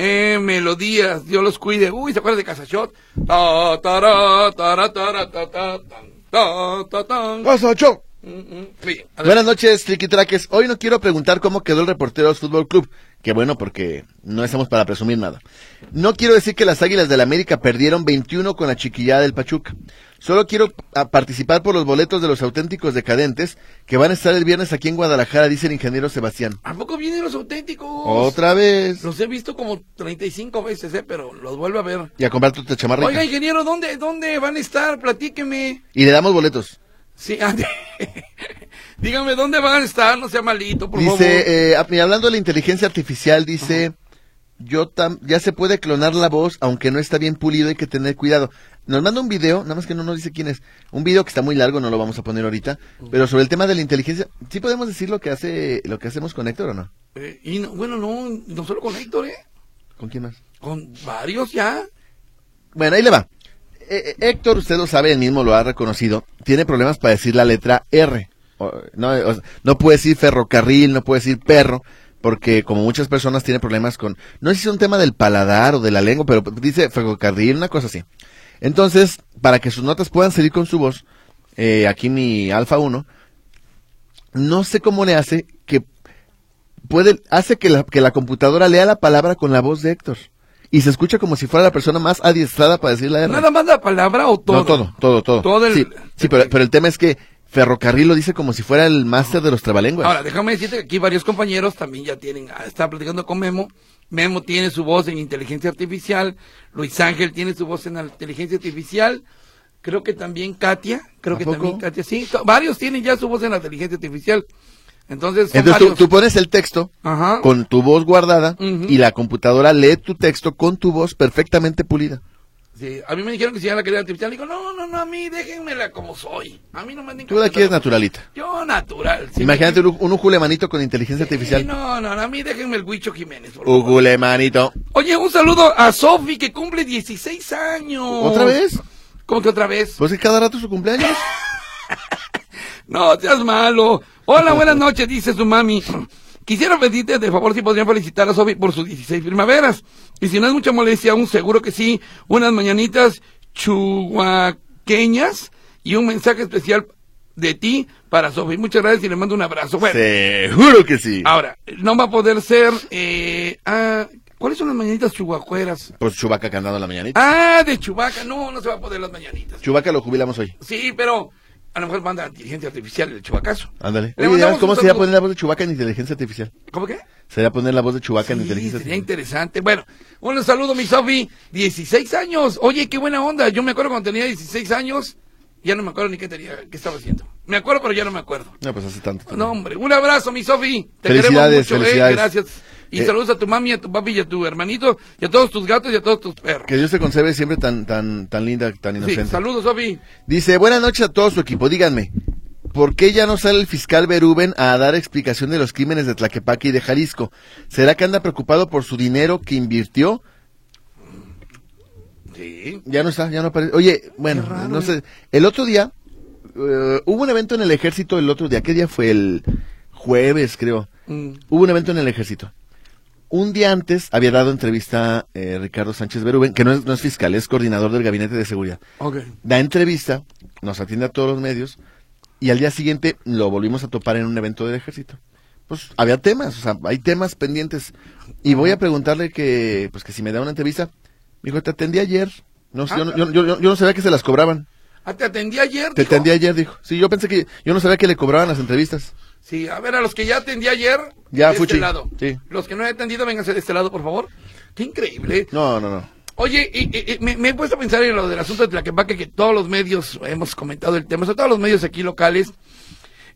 Speaker 2: Eh, melodías, Dios los cuide. Uy, ¿se acuerdan de Casa Shot? Ta, tará, tará, tará, ta, ta, tan, ta, ta, tan. Mm, mm. Bien, a ver.
Speaker 1: Buenas noches, Triquitraques. Hoy no quiero preguntar cómo quedó el Reporteros Fútbol Club, que bueno, porque no estamos para presumir nada. No quiero decir que las Águilas del América perdieron 21 con la chiquillada del Pachuca. Solo quiero a, participar por los boletos de los auténticos decadentes que van a estar el viernes aquí en Guadalajara, dice el ingeniero Sebastián.
Speaker 2: ¿A poco vienen los auténticos?
Speaker 1: Otra vez.
Speaker 2: Los he visto como 35 veces, eh, pero los vuelvo a ver.
Speaker 1: Y a comprar tu chamarra.
Speaker 2: Oiga,
Speaker 1: rica.
Speaker 2: ingeniero, ¿dónde, ¿dónde van a estar? Platíqueme.
Speaker 1: Y le damos boletos.
Speaker 2: Sí, ande. dígame dónde van a estar, no sea malito, por favor.
Speaker 1: Dice, eh, ah, mira, hablando de la inteligencia artificial, dice, yo tam- ya se puede clonar la voz, aunque no está bien pulido, hay que tener cuidado. Nos manda un video, nada más que no nos dice quién es, un video que está muy largo, no lo vamos a poner ahorita, pero sobre el tema de la inteligencia, ¿sí podemos decir lo que hace, lo que hacemos con Héctor o no?
Speaker 2: Eh, y no- bueno, no, no solo con Héctor, ¿eh?
Speaker 1: ¿Con quién más?
Speaker 2: Con varios ya.
Speaker 1: Bueno, ahí le va. Eh, eh, Héctor, usted lo sabe, él mismo lo ha reconocido, tiene problemas para decir la letra R. O- no, eh, o sea, no puede decir ferrocarril, no puede decir perro, porque como muchas personas tiene problemas con... No sé si es un tema del paladar o de la lengua, pero dice ferrocarril, una cosa así. Entonces, para que sus notas puedan salir con su voz, eh, aquí mi Alfa 1, no sé cómo le hace que puede, hace que la, que la computadora lea la palabra con la voz de Héctor. Y se escucha como si fuera la persona más adiestrada para decir la R.
Speaker 2: ¿Nada más la palabra o todo?
Speaker 1: No, todo, todo, todo.
Speaker 2: Todo el-
Speaker 1: Sí, sí, pero, pero el tema es que Ferrocarril lo dice como si fuera el máster de los trabalenguas.
Speaker 2: Ahora, déjame decirte que aquí varios compañeros también ya tienen, ah, está platicando con Memo. Memo tiene su voz en inteligencia artificial. Luis Ángel tiene su voz en la inteligencia artificial. Creo que también Katia. Creo
Speaker 1: ¿A
Speaker 2: que
Speaker 1: poco?
Speaker 2: también Katia. Sí, to- varios tienen ya su voz en la inteligencia artificial. Entonces, son
Speaker 1: Entonces tú,
Speaker 2: varios.
Speaker 1: tú pones el texto
Speaker 2: Ajá.
Speaker 1: con tu voz guardada
Speaker 2: Ujú.
Speaker 1: y la computadora lee tu texto con tu voz perfectamente pulida.
Speaker 2: Sí, a mí me dijeron que si era la quería artificial. Digo, no, no, no, a mí déjenmela como soy. A mí no me anden
Speaker 1: Tú la
Speaker 2: cambiando
Speaker 1: quieres
Speaker 2: la-
Speaker 1: naturalita.
Speaker 2: Yo natural. sí.
Speaker 1: Imagínate un, un ujulemanito con inteligencia
Speaker 2: Sí,
Speaker 1: artificial. Oh.
Speaker 2: no, no, no, a mí déjenme el Huicho Jiménez. por favor.
Speaker 1: Ujulemanito.
Speaker 2: Oye, un saludo a Sofi que cumple 16 años.
Speaker 1: ¿Otra vez?
Speaker 2: ¿Cómo que otra vez?
Speaker 1: Pues que cada rato es su cumpleaños.
Speaker 2: No seas malo. Hola, buenas noches, dice su mami. Quisiera pedirte de favor si podrían felicitar a Sofi por sus 16 primaveras. Y si no es mucha molestia, aún seguro que sí, unas mañanitas chuhuaqueñas y un mensaje especial de ti para Sofi. Muchas gracias y le mando un abrazo. Bueno, Ah,
Speaker 1: Seguro que sí.
Speaker 2: ahora, no va a poder ser... Eh, ah, ¿Cuáles son las mañanitas chuhuacueras?
Speaker 1: Pues Chubaca cantando en la mañanita.
Speaker 2: Ah, de Chubaca. No, no se va a poder las mañanitas.
Speaker 1: Chubaca lo jubilamos hoy.
Speaker 2: Sí, pero a lo mejor manda inteligencia artificial el chubacazo.
Speaker 1: Ándale.
Speaker 2: Le
Speaker 1: Oye,
Speaker 2: mandamos
Speaker 1: ¿Cómo
Speaker 2: un
Speaker 1: sería
Speaker 2: saludo.
Speaker 1: poner la voz de Chubaca en inteligencia artificial?
Speaker 2: ¿Cómo que?
Speaker 1: Sería poner la voz de Chubaca en
Speaker 2: Sí,
Speaker 1: inteligencia
Speaker 2: sería
Speaker 1: artificial.
Speaker 2: interesante. Bueno, un saludo, mi Sofi. 16 años. Oye, qué buena onda. Yo me acuerdo cuando tenía 16 años. Ya no me acuerdo ni qué tenía, qué estaba haciendo. Me acuerdo, pero ya no me acuerdo.
Speaker 1: No, pues hace tanto.
Speaker 2: No, hombre. Un abrazo, mi Sofi. Te
Speaker 1: Felicidades,
Speaker 2: queremos mucho, eh.
Speaker 1: felicidades.
Speaker 2: Gracias. Y
Speaker 1: Eh.
Speaker 2: saludos a tu mami, a tu papi y a tu hermanito, y a todos tus gatos y a todos tus
Speaker 1: Que
Speaker 2: perros.
Speaker 1: Dios te concebe siempre tan, tan, tan linda, tan
Speaker 2: Sí,
Speaker 1: inocente.
Speaker 2: saludos, Sofi.
Speaker 1: Dice, buenas noches a todo su equipo, díganme. ¿Por qué ya no sale el fiscal Beruben a dar explicación de los crímenes de Tlaquepaque y de Jalisco? ¿Será que anda preocupado por su dinero que invirtió?
Speaker 2: Sí.
Speaker 1: Ya no está, ya no aparece. Oye, bueno,
Speaker 2: Qué raro,
Speaker 1: no
Speaker 2: eh.
Speaker 1: sé. El otro día, eh, hubo un evento en el ejército el otro día. ¿Qué día fue? El jueves, creo.
Speaker 2: Mm.
Speaker 1: Hubo un evento en el ejército. un día antes había dado entrevista eh, Ricardo Sánchez Berúben, que no es, no es fiscal, es coordinador del Gabinete de Seguridad.
Speaker 2: Ok.
Speaker 1: Da entrevista, nos atiende a todos los medios, y al día siguiente lo volvimos a topar en un evento del ejército. Pues había temas, o sea, hay temas pendientes. Y voy a preguntarle que, pues que si me da una entrevista, me dijo, te atendí ayer. No, sé, yo, no- yo- yo- yo no sabía que se las cobraban.
Speaker 2: Ah, te atendí ayer.
Speaker 1: Te
Speaker 2: Ah. dijo.
Speaker 1: atendí ayer, dijo. Sí, yo pensé que, yo no sabía que le cobraban las entrevistas.
Speaker 2: Sí, a ver, a los que ya atendí ayer,
Speaker 1: Ya,
Speaker 2: de este
Speaker 1: Fuchi,
Speaker 2: lado.
Speaker 1: sí.
Speaker 2: Los que no he atendido, vénganse de este lado, por favor. Qué increíble.
Speaker 1: No, no, no.
Speaker 2: Oye, y, y- y me, me he puesto a pensar en lo del asunto de Tlaquepaque, que todos los medios hemos comentado el tema, sobre todo los medios aquí locales.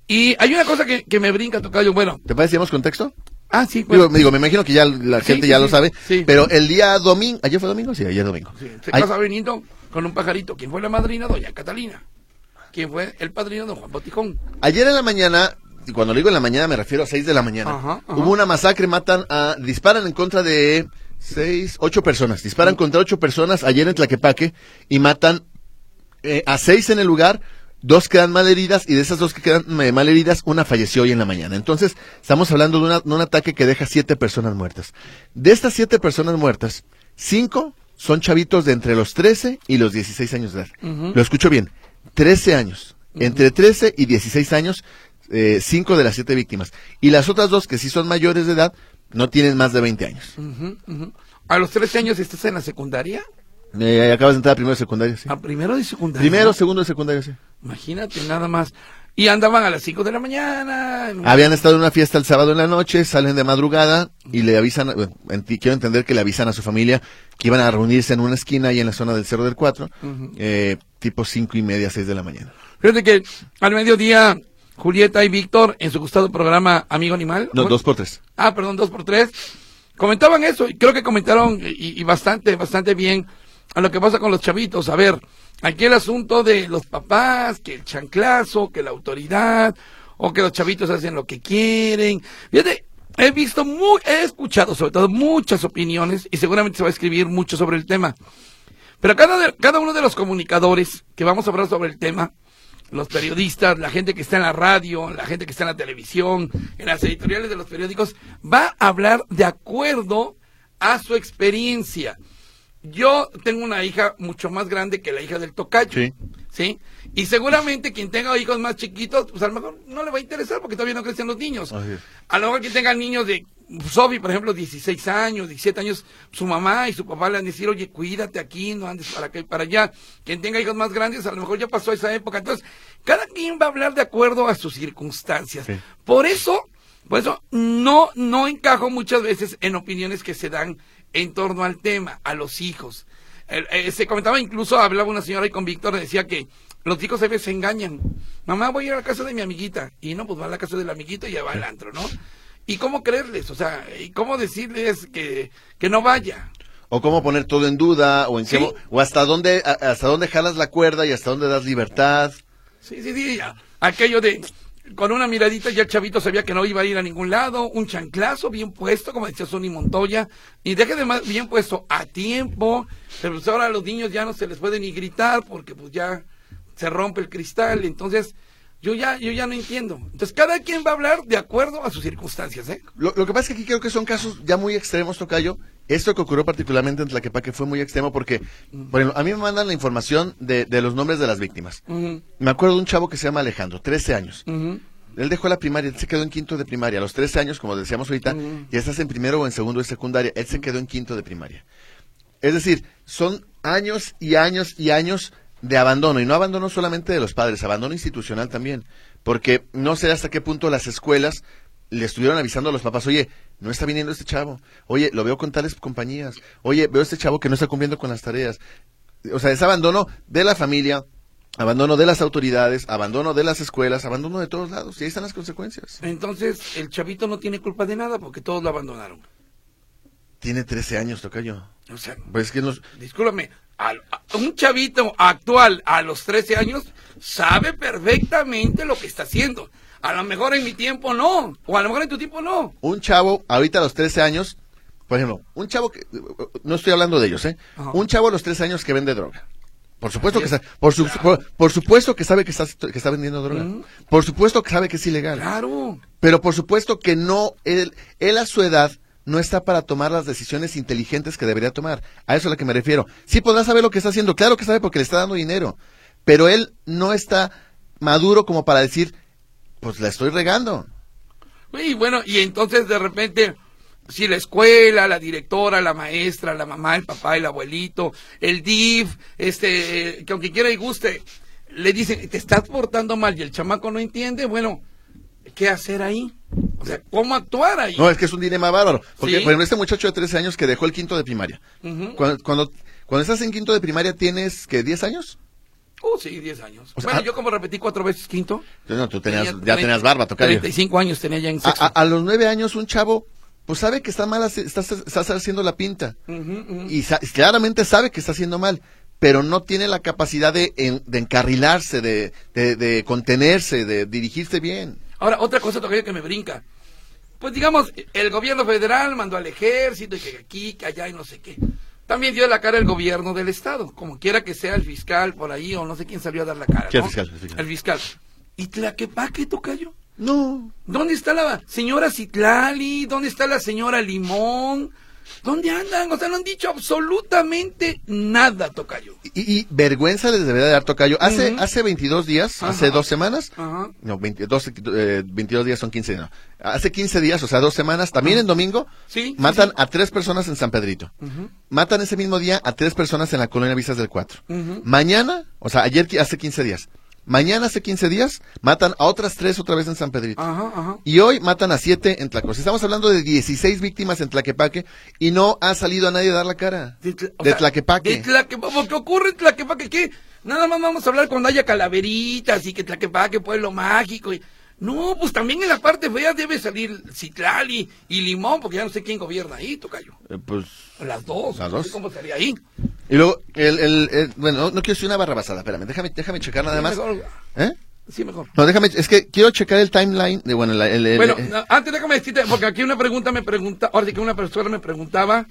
Speaker 2: Y hay una cosa que, que me brinca, tocayo. Bueno,
Speaker 1: ¿Te parece si damos contexto?
Speaker 2: ah, sí,
Speaker 1: Digo,
Speaker 2: bueno,
Speaker 1: me, digo, me imagino que ya la
Speaker 2: Sí,
Speaker 1: gente
Speaker 2: sí,
Speaker 1: ya
Speaker 2: sí,
Speaker 1: lo sabe,
Speaker 2: sí.
Speaker 1: pero el día domingo, ¿ayer fue domingo? Sí, ayer domingo.
Speaker 2: sí, se
Speaker 1: Ay-
Speaker 2: casa Benito con un pajarito. ¿Quién fue la madrina? Doña Catalina. ¿Quién fue el padrino? Don Juan Botijón.
Speaker 1: ayer en la mañana, y cuando digo en la mañana me refiero a 6 de la mañana,
Speaker 2: Ajá, ajá.
Speaker 1: hubo una masacre, matan a, disparan en contra de seis, ocho personas, disparan contra ocho personas ayer en Tlaquepaque y matan eh, a seis en el lugar, dos quedan malheridas y de esas dos que quedan eh, malheridas, una falleció hoy en la mañana. Entonces, estamos hablando de, una- de un ataque que deja siete personas muertas. De estas siete personas muertas, cinco son chavitos de entre los 13 y los 16 años de edad. Lo escucho bien, 13 años. Entre 13 y 16 años, eh, cinco de las siete víctimas. Y las otras dos que sí son mayores de edad, no tienen más de 20 años.
Speaker 2: Ujú, ujú. A los 13 años estás en la secundaria.
Speaker 1: Eh, acabas de entrar a primero de secundaria, sí.
Speaker 2: A primero de secundaria.
Speaker 1: Primero, segundo de secundaria, sí.
Speaker 2: Imagínate nada más. Y andaban a las 5 de la mañana. en-
Speaker 1: Habían estado en una fiesta el sábado en la noche, salen de madrugada y le avisan, bueno, enti- quiero entender que le avisan a su familia que iban a reunirse en una esquina ahí en la zona del Cerro del Cuatro, eh, tipo cinco y media, seis de la mañana.
Speaker 2: Fíjate que al mediodía, Julieta y Víctor, en su gustado programa Amigo Animal.
Speaker 1: No,
Speaker 2: bueno,
Speaker 1: dos por tres.
Speaker 2: Ah, perdón, dos por tres. Comentaban eso, y creo que comentaron y, y bastante, bastante bien a lo que pasa con los chavitos. A ver, aquí el asunto de los papás, que el chanclazo, que la autoridad, o que los chavitos hacen lo que quieren. Fíjate, he visto, mu- he escuchado sobre todo muchas opiniones y seguramente se va a escribir mucho sobre el tema. Pero cada, de- cada uno de los comunicadores que vamos a hablar sobre el tema, los periodistas, la gente que está en la radio, la gente que está en la televisión, en las editoriales de los periódicos, va a hablar de acuerdo a su experiencia. Yo tengo una hija mucho más grande que la hija del tocayo.
Speaker 1: Sí.
Speaker 2: ¿sí? Y seguramente quien tenga hijos más chiquitos, pues a lo mejor no le va a interesar porque todavía no crecen los niños.
Speaker 1: Así es.
Speaker 2: A lo mejor quien tenga niños de Sofi, por ejemplo, 16 años, 17 años, su mamá y su papá le van a decir, oye, cuídate aquí, no andes para acá y para allá. Quien tenga hijos más grandes, a lo mejor ya pasó esa época. Entonces, cada quien va a hablar de acuerdo a sus circunstancias.
Speaker 1: Sí.
Speaker 2: Por eso, por eso no, no encajo muchas veces en opiniones que se dan en torno al tema, a los hijos. El- eh, se comentaba incluso, hablaba una señora ahí con Víctor, decía que los hijos a veces se engañan. Mamá, voy a ir a la casa de mi amiguita. Y no, pues va a la casa del amiguito y ya va al antro, ¿no? ¿Y cómo creerles? O sea, ¿y cómo decirles que, que no vaya?
Speaker 1: O cómo poner todo en duda, o en qué
Speaker 2: Sí.
Speaker 1: mo- o hasta dónde, a- hasta dónde jalas la cuerda y hasta dónde das libertad.
Speaker 2: Sí, sí, sí. a- Aquello de. Con una miradita ya el chavito sabía que no iba a ir a ningún lado. Un chanclazo bien puesto, como decía Sonny Montoya. Y deje de más bien puesto a tiempo. Pero pues ahora a los niños ya no se les puede ni gritar porque pues ya se rompe el cristal. Entonces, yo ya, yo ya no entiendo. Entonces, cada quien va a hablar de acuerdo a sus circunstancias, ¿eh?
Speaker 1: Lo, lo que pasa es que aquí creo que son casos ya muy extremos, Tocayo. Esto que ocurrió particularmente en Tlaquepaque fue muy extremo porque, por ejemplo, a mí me mandan la información de, de los nombres de las víctimas.
Speaker 2: Ujú,
Speaker 1: Me acuerdo de un chavo que se llama Alejandro, 13 años.
Speaker 2: ujú.
Speaker 1: Él dejó la primaria, él se quedó en quinto de primaria. A los 13 años, como decíamos ahorita, ya estás en primero o en segundo de secundaria. Él se quedó en quinto de primaria. Es decir, son años y años y años de abandono. Y no abandono solamente de los padres, abandono institucional también. Porque no sé hasta qué punto las escuelas le estuvieron avisando a los papás, oye, no está viniendo este chavo. Oye, lo veo con tales compañías. Oye, veo este chavo que no está cumpliendo con las tareas. O sea, es abandono de la familia, abandono de las autoridades, abandono de las escuelas, abandono de todos lados. Y ahí están las consecuencias.
Speaker 2: Entonces, el chavito no tiene culpa de nada porque todos lo abandonaron.
Speaker 1: Tiene 13 años, Tocayo.
Speaker 2: O sea,
Speaker 1: Pues es que nos...
Speaker 2: discúlpame, al- a- un chavito actual a los 13 años sabe perfectamente lo que está haciendo. A lo mejor en mi tiempo no, o a lo mejor en tu tiempo no.
Speaker 1: un chavo ahorita a los 13 años, por ejemplo, un chavo que no estoy hablando de ellos, ¿eh?
Speaker 2: Ajá.
Speaker 1: Un chavo a los 13 años que vende droga. Por supuesto que
Speaker 2: Así es.
Speaker 1: sa- por, su- por, por supuesto que sabe que está, que está vendiendo droga. Por supuesto que sabe que es ilegal.
Speaker 2: Claro.
Speaker 1: Pero por supuesto que no él él a su edad no está para tomar las decisiones inteligentes que debería tomar. A eso es a lo que me refiero. Sí podrá saber lo que está haciendo, claro que sabe porque le está dando dinero, pero él no está maduro como para decir, pues la estoy regando.
Speaker 2: Y bueno, y entonces de repente, si la escuela, la directora, la maestra, la mamá, el papá, el abuelito, el DIF, este, que aunque quiera y guste, le dicen, te estás portando mal y el chamaco no entiende, bueno, ¿qué hacer ahí? O sea, ¿cómo actuar ahí?
Speaker 1: No, es que es un dilema bárbaro. Porque,
Speaker 2: Sí.
Speaker 1: por ejemplo, este muchacho de 13 años que dejó el quinto de primaria.
Speaker 2: Ujú.
Speaker 1: cuando, cuando, cuando estás en quinto de primaria, ¿tienes que 10 años?
Speaker 2: Oh, sí, 10 años.
Speaker 1: O sea,
Speaker 2: bueno,
Speaker 1: ah-
Speaker 2: yo como repetí cuatro veces quinto.
Speaker 1: No, tú tenías,
Speaker 2: tenía
Speaker 1: ya
Speaker 2: 30,
Speaker 1: tenías barba, tocayo. Ah,
Speaker 2: 35 años tenía ya en sexto.
Speaker 1: A, a- a los 9 años, un chavo, pues sabe que está mal, hace- estás, estás haciendo la pinta.
Speaker 2: Ujú, ujú.
Speaker 1: Y sa- claramente sabe que está haciendo mal, pero no tiene la capacidad de, en- de encarrilarse, de, de- de contenerse, de dirigirse bien.
Speaker 2: Ahora, otra cosa tocayo que me brinca. Pues digamos, el gobierno federal mandó al ejército y que aquí, que allá y no sé qué. También dio la cara el gobierno del estado, como quiera que sea el fiscal por ahí o no sé quién salió a dar la cara.
Speaker 1: ¿Qué
Speaker 2: ¿no?
Speaker 1: fiscal? El fiscal.
Speaker 2: El fiscal. ¿Y Tlaquepaque, tocayo?
Speaker 1: No.
Speaker 2: ¿Dónde está la señora Citlali? ¿Dónde está la señora Limón? ¿Dónde andan? O sea, no han dicho absolutamente nada, tocayo.
Speaker 1: Y, y vergüenza les debería de dar tocayo. Hace,
Speaker 2: Ujú.
Speaker 1: hace 22 días,
Speaker 2: Ajá.
Speaker 1: hace dos semanas,
Speaker 2: Ajá.
Speaker 1: no, 20 12, eh, 22 días son 15, no. Hace 15 días, o sea, dos semanas, también en domingo,
Speaker 2: Sí,
Speaker 1: matan a tres personas en San Pedrito. Matan ese mismo día a tres personas en la colonia Visas del 4.
Speaker 2: Ujú.
Speaker 1: Mañana, o sea, ayer qui- hace 15 días. Mañana hace 15 días, matan a otras tres otra vez en San Pedrito.
Speaker 2: Ajá, ajá.
Speaker 1: Y hoy matan a siete en Tlacoche. Estamos hablando de 16 víctimas en Tlaquepaque y no ha salido a nadie a dar la cara. De,
Speaker 2: Tla- o sea,
Speaker 1: Tlaquepaque.
Speaker 2: De Tlaquepaque. ¿Qué ocurre en Tlaquepaque? ¿Qué? Nada más vamos a hablar cuando haya calaveritas y que Tlaquepaque, pueblo mágico. y- No, pues también en la parte fea debe salir Citlali y Limón, porque ya no sé quién gobierna ahí, Tocayo.
Speaker 1: Eh, pues,
Speaker 2: Las dos.
Speaker 1: Las
Speaker 2: no sé
Speaker 1: dos.
Speaker 2: ¿Cómo estaría ahí?
Speaker 1: y luego, el, el, el- bueno, no, no quiero decir una barra basada, espérame, déjame, déjame checar nada
Speaker 2: Sí,
Speaker 1: más.
Speaker 2: mejor.
Speaker 1: ¿Eh?
Speaker 2: Sí, mejor.
Speaker 1: No, déjame, es que quiero checar el timeline de, bueno, la- el, el-
Speaker 2: Bueno,
Speaker 1: eh,
Speaker 2: no, antes déjame decirte, porque aquí una pregunta me pregunta, ahora sí que una persona me preguntaba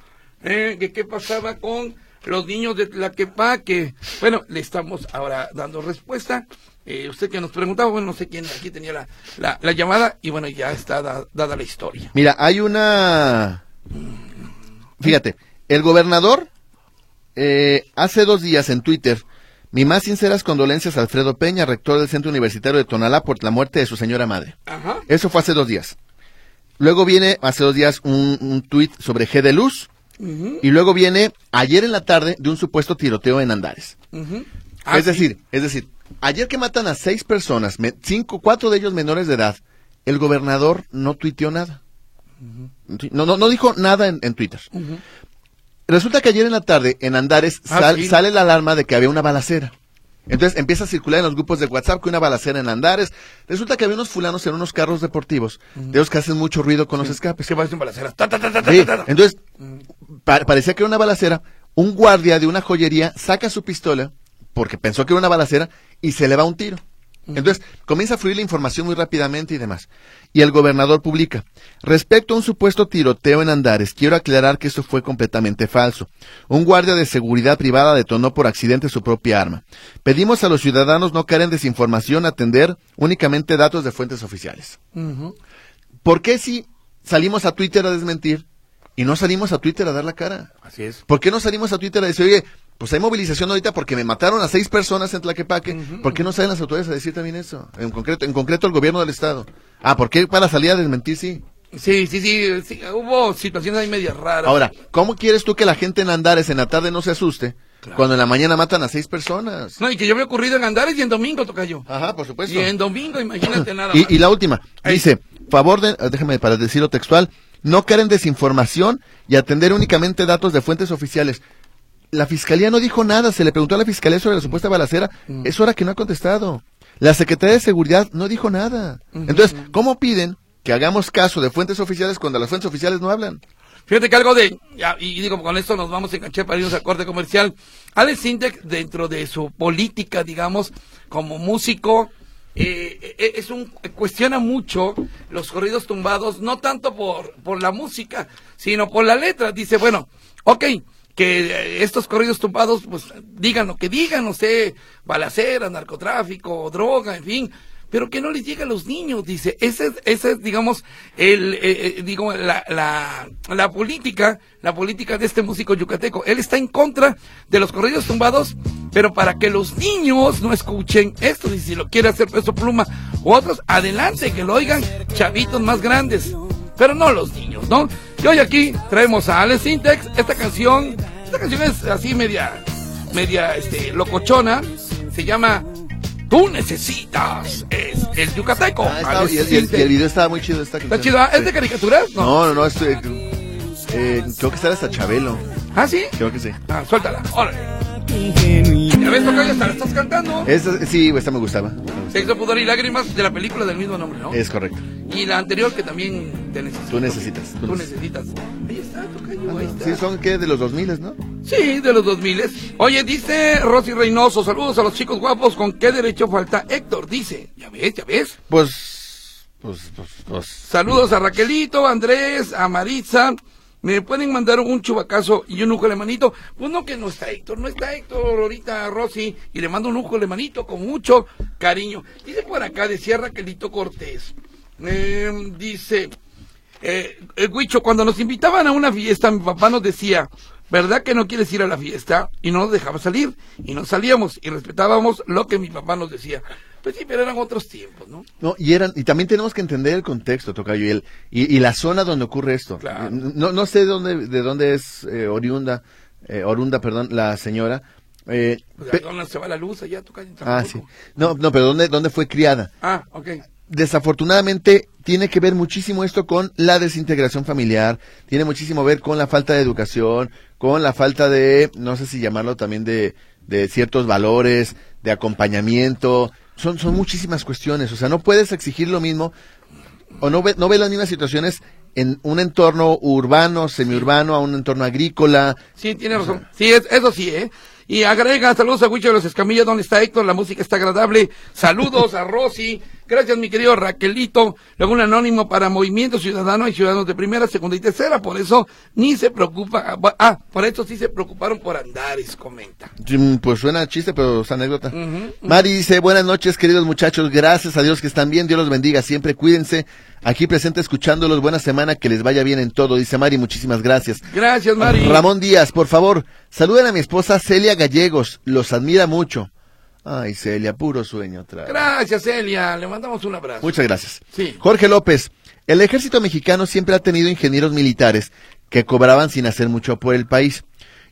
Speaker 2: eh, que qué pasaba con los niños de Tlaquepaque. Bueno, le estamos ahora dando respuesta. Eh, usted que nos preguntaba, bueno, no sé quién aquí tenía la, la, la llamada y bueno, ya está da- dada la historia.
Speaker 1: Mira, hay una. Fíjate, el gobernador eh, hace dos días en Twitter. Mi más sinceras condolencias a Alfredo Peña, rector del Centro Universitario de Tonalá, por la muerte de su señora madre.
Speaker 2: Ajá.
Speaker 1: Eso fue hace dos días. Luego viene hace dos días un, un tuit sobre G de Luz. Y luego viene ayer en la tarde de un supuesto tiroteo en Andares.
Speaker 2: ujú. Ah,
Speaker 1: es
Speaker 2: sí.
Speaker 1: decir, es decir, ayer que matan a seis personas, me- cinco, cuatro de ellos menores de edad, el gobernador no tuiteó nada. Sí, No, no, no dijo nada en, en Twitter. Resulta que ayer en la tarde, en Andares,
Speaker 2: Ah,
Speaker 1: sal-
Speaker 2: sí.
Speaker 1: sale la alarma de que había una balacera. Entonces empieza a circular en los grupos de WhatsApp que una balacera en Andares. Resulta que había unos fulanos en unos carros deportivos, de los que hacen mucho ruido con los escapes.
Speaker 2: Pues que parecen balaceras. Ta, ta, ta, ta, ta,
Speaker 1: Sí,
Speaker 2: ta, ta.
Speaker 1: entonces, pa- parecía que era una balacera. Un guardia de una joyería saca su pistola, porque pensó que era una balacera, y se le va un tiro. Entonces, comienza a fluir la información muy rápidamente y demás. Y el gobernador publica, respecto a un supuesto tiroteo en Andares, quiero aclarar que esto fue completamente falso. Un guardia de seguridad privada detonó por accidente su propia arma. Pedimos a los ciudadanos no caer en desinformación, atender únicamente datos de fuentes oficiales.
Speaker 2: Ujú.
Speaker 1: ¿Por qué si salimos a Twitter a desmentir y no salimos a Twitter a dar la cara?
Speaker 2: Así es.
Speaker 1: ¿Por qué no salimos a Twitter a decir, oye, pues hay movilización ahorita porque me mataron a seis personas en Tlaquepaque? ¿Por qué no salen las autoridades a decir también eso? En concreto, en concreto el gobierno del Estado. Ah, ¿por qué para salir a desmentir sí?
Speaker 2: Sí, sí, sí, sí, Hubo situaciones ahí medias raras.
Speaker 1: Ahora, ¿cómo quieres tú que la gente en Andares en la tarde no se asuste
Speaker 2: Claro.
Speaker 1: cuando en la mañana matan a seis personas?
Speaker 2: No, y que yo me he ocurrido en Andares y en Domingo, Tocayo.
Speaker 1: Ajá, por supuesto.
Speaker 2: Y en Domingo, imagínate nada más.
Speaker 1: Y, y la última,
Speaker 2: Ey.
Speaker 1: dice, favor de, ah, déjame para decirlo textual, no caer en desinformación y atender únicamente datos de fuentes oficiales. La fiscalía no dijo nada, se le preguntó a la fiscalía sobre la supuesta balacera,
Speaker 2: Mm.
Speaker 1: es hora que no ha contestado. La Secretaría de Seguridad no dijo nada. Entonces, ¿cómo piden que hagamos caso de fuentes oficiales cuando las fuentes oficiales no hablan?
Speaker 2: Fíjate que algo de, ya, y y digo, con esto nos vamos a enganchar para irnos al corte comercial. Alex Sintek, dentro de su política, digamos, como músico, eh, eh, es un, cuestiona mucho los corridos tumbados, no tanto por, por la música, sino por la letra. Dice, bueno, ok, que eh, estos corridos tumbados, pues digan lo que digan, no sé, balaceras, narcotráfico, droga, en fin, pero que no les llega a los niños, dice. Esa es, esa es digamos, el, eh, eh, digo, la, la, la política, la política de este músico yucateco. Él está en contra de los corridos tumbados, pero para que los niños no escuchen esto, y si lo quiere hacer Peso Pluma u otros, adelante, que lo oigan chavitos más grandes, pero no los niños, ¿no? Y hoy aquí traemos a Alex Intex esta canción, esta canción es así media, media, este, locochona, se llama Tú necesitas, es el yucateco.
Speaker 1: Ah, estaba-
Speaker 2: Alex
Speaker 1: y, el, y el-
Speaker 2: Sintek.
Speaker 1: y el video estaba muy chido. Esta
Speaker 2: ¿Está chido? ¿Es de caricaturas? No.
Speaker 1: No, no, no. Es, eh, eh, creo que estar hasta Chabelo.
Speaker 2: ¿Ah, sí?
Speaker 1: Creo que sí.
Speaker 2: Ah, suéltala, órale. Ya ves, toca ya la estás cantando.
Speaker 1: Esa- sí, esta me gustaba.
Speaker 2: Sexo, pudor y lágrimas de la película del mismo nombre, ¿no?
Speaker 1: Es correcto.
Speaker 2: Y la anterior que también te necesito.
Speaker 1: Tú necesitas. Ah,
Speaker 2: Tú necesitas. Ahí está, tocayo, ahí Pues está.
Speaker 1: Pues Sí, son que de los 2000, ¿no?
Speaker 2: Sí, de los 2000. Oye, dice Rosy Reynoso, saludos a los chicos guapos, ¿con qué derecho falta Héctor? Dice, ya ves, ya ves.
Speaker 1: Pues, pues, pues, pues.
Speaker 2: Saludos a Raquelito, a Andrés, a Maritza. Me pueden mandar un chubacazo y un ujo de manito. Pues no que no está Héctor, no está Héctor ahorita Rosy. Y le mando un ujo de manito con mucho cariño. Dice por acá, decía Raquelito Cortés. eh, dice, eh, eh, Huicho, cuando nos invitaban a una fiesta, mi papá nos decía, ¿verdad que no quieres ir a la fiesta? Y no nos dejaba salir. Y no salíamos y respetábamos lo que mi papá nos decía. Pues sí, pero eran otros tiempos, ¿no?
Speaker 1: No, y eran, y también tenemos que entender el contexto, Tocayo, y, el, y, y la zona donde ocurre esto. Eh,
Speaker 2: Claro.
Speaker 1: No, no sé dónde, de dónde es eh, oriunda, eh, orunda, perdón, la señora. eh,
Speaker 2: Pues
Speaker 1: pe-
Speaker 2: perdón, se va la luz allá, tú cállate.
Speaker 1: ah, sí. No, no, pero ¿dónde, dónde fue criada?
Speaker 2: Ah, ok.
Speaker 1: desafortunadamente tiene que ver muchísimo esto con la desintegración familiar, tiene muchísimo ver con la falta de educación, con la falta de, no sé si llamarlo también de, de ciertos valores, de acompañamiento, son, son muchísimas cuestiones, o sea, no puedes exigir lo mismo o no ve, no ve las mismas situaciones en un entorno urbano, semiurbano, a un entorno agrícola.
Speaker 2: Sí, tiene razón. Sí, es- eso sí, ¿eh? Y agrega, saludos a Huicho de los Escamillas, ¿dónde está Héctor? La música está agradable. Saludos a Rosy. Gracias, mi querido Raquelito. Luego un anónimo para Movimiento Ciudadano y Ciudadanos de Primera, Segunda y Tercera. Por eso ni se preocupa. Ah, por eso sí se preocuparon por Andares, comenta.
Speaker 1: Mm, Pues suena chiste, pero es anécdota.
Speaker 2: Ujú.
Speaker 1: Mari dice, buenas noches, queridos muchachos. Gracias a Dios que están bien. Dios los bendiga siempre. Cuídense. Aquí presente escuchándolos. Buena semana. Que les vaya bien en todo. Dice Mari, muchísimas gracias.
Speaker 2: Gracias, Mari.
Speaker 1: Ramón Díaz, por favor, saluden a mi esposa Celia Gallegos. Los admira mucho. Ay, Celia, puro sueño. trae.
Speaker 2: Gracias, Elia. Le mandamos un abrazo.
Speaker 1: Muchas gracias.
Speaker 2: Sí.
Speaker 1: Jorge López, el ejército mexicano siempre ha tenido ingenieros militares que cobraban sin hacer mucho por el país.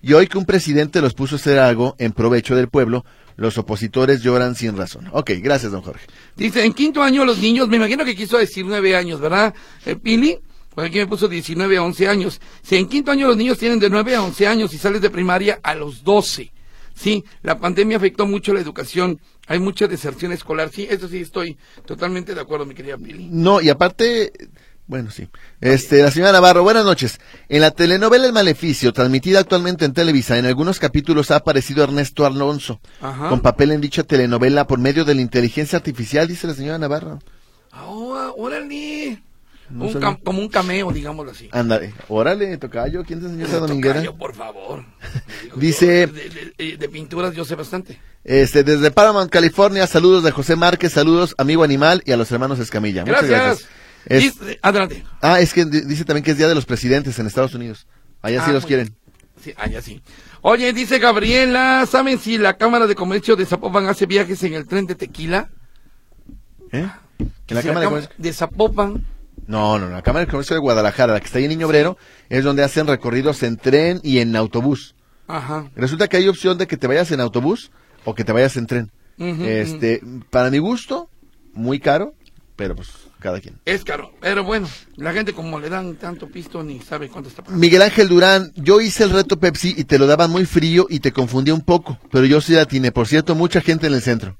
Speaker 1: Y hoy que un presidente los puso a hacer algo en provecho del pueblo, los opositores lloran sin razón. Ok, gracias, don Jorge.
Speaker 2: Dice, en quinto año los niños, me imagino que quiso decir nueve años, ¿verdad? Eh, Pili, pues aquí me puso 19 a 11 años. Si en quinto año los niños tienen de 9 a 11 años y sales de primaria a los 12. Sí, la pandemia afectó mucho la educación. Hay mucha deserción escolar. Sí, eso sí, estoy totalmente de acuerdo, mi querida Pili.
Speaker 1: No, y aparte, bueno, sí. Este, la señora Navarro, buenas noches. En la telenovela El Maleficio, transmitida actualmente en Televisa, en algunos capítulos ha aparecido Ernesto Alonso,
Speaker 2: Ajá.
Speaker 1: con papel en dicha telenovela por medio de la inteligencia artificial, dice la señora Navarro.
Speaker 2: Ah, órale. Un
Speaker 1: sé.
Speaker 2: cam- como un cameo, digámoslo así.
Speaker 1: Ándale, órale, tocayo, ¿quién te enseñó esa dominguera?
Speaker 2: Tocayo, por favor. Digo,
Speaker 1: Dice-
Speaker 2: yo De, de- de pinturas yo sé bastante.
Speaker 1: Este, desde Paramount, California, saludos de José Márquez, saludos amigo animal y a los hermanos Escamilla.
Speaker 2: Gracias.
Speaker 1: Ah, Muchas gracias. Es-
Speaker 2: Dice- adelante.
Speaker 1: ah, es que di- dice también que es Día de los Presidentes en Estados Unidos. Allá sí
Speaker 2: Ah,
Speaker 1: los
Speaker 2: muy
Speaker 1: quieren.
Speaker 2: Sí, ah, ya sí. Oye, dice Gabriela, ¿saben si la Cámara de Comercio de Zapopan hace viajes en el tren de tequila?
Speaker 1: ¿Eh?
Speaker 2: Que
Speaker 1: En la Cámara de
Speaker 2: si Cámara
Speaker 1: Comercio.
Speaker 2: de Zapopan.
Speaker 1: No, no, no, la Cámara de Comercio de Guadalajara, la que está ahí en Niño Obrero, es donde hacen recorridos en tren y en autobús.
Speaker 2: Ajá.
Speaker 1: Resulta que hay opción de que te vayas en autobús o que te vayas en tren.
Speaker 2: Ujú,
Speaker 1: este, para mi gusto, muy caro, pero pues cada quien.
Speaker 2: Es caro, pero bueno, la gente como le dan tanto pisto ni sabe cuánto está pagando.
Speaker 1: Miguel Ángel Durán, yo hice el reto Pepsi y te lo daban muy frío y te confundí un poco, pero yo sí la tiene. Por cierto, mucha gente en el centro.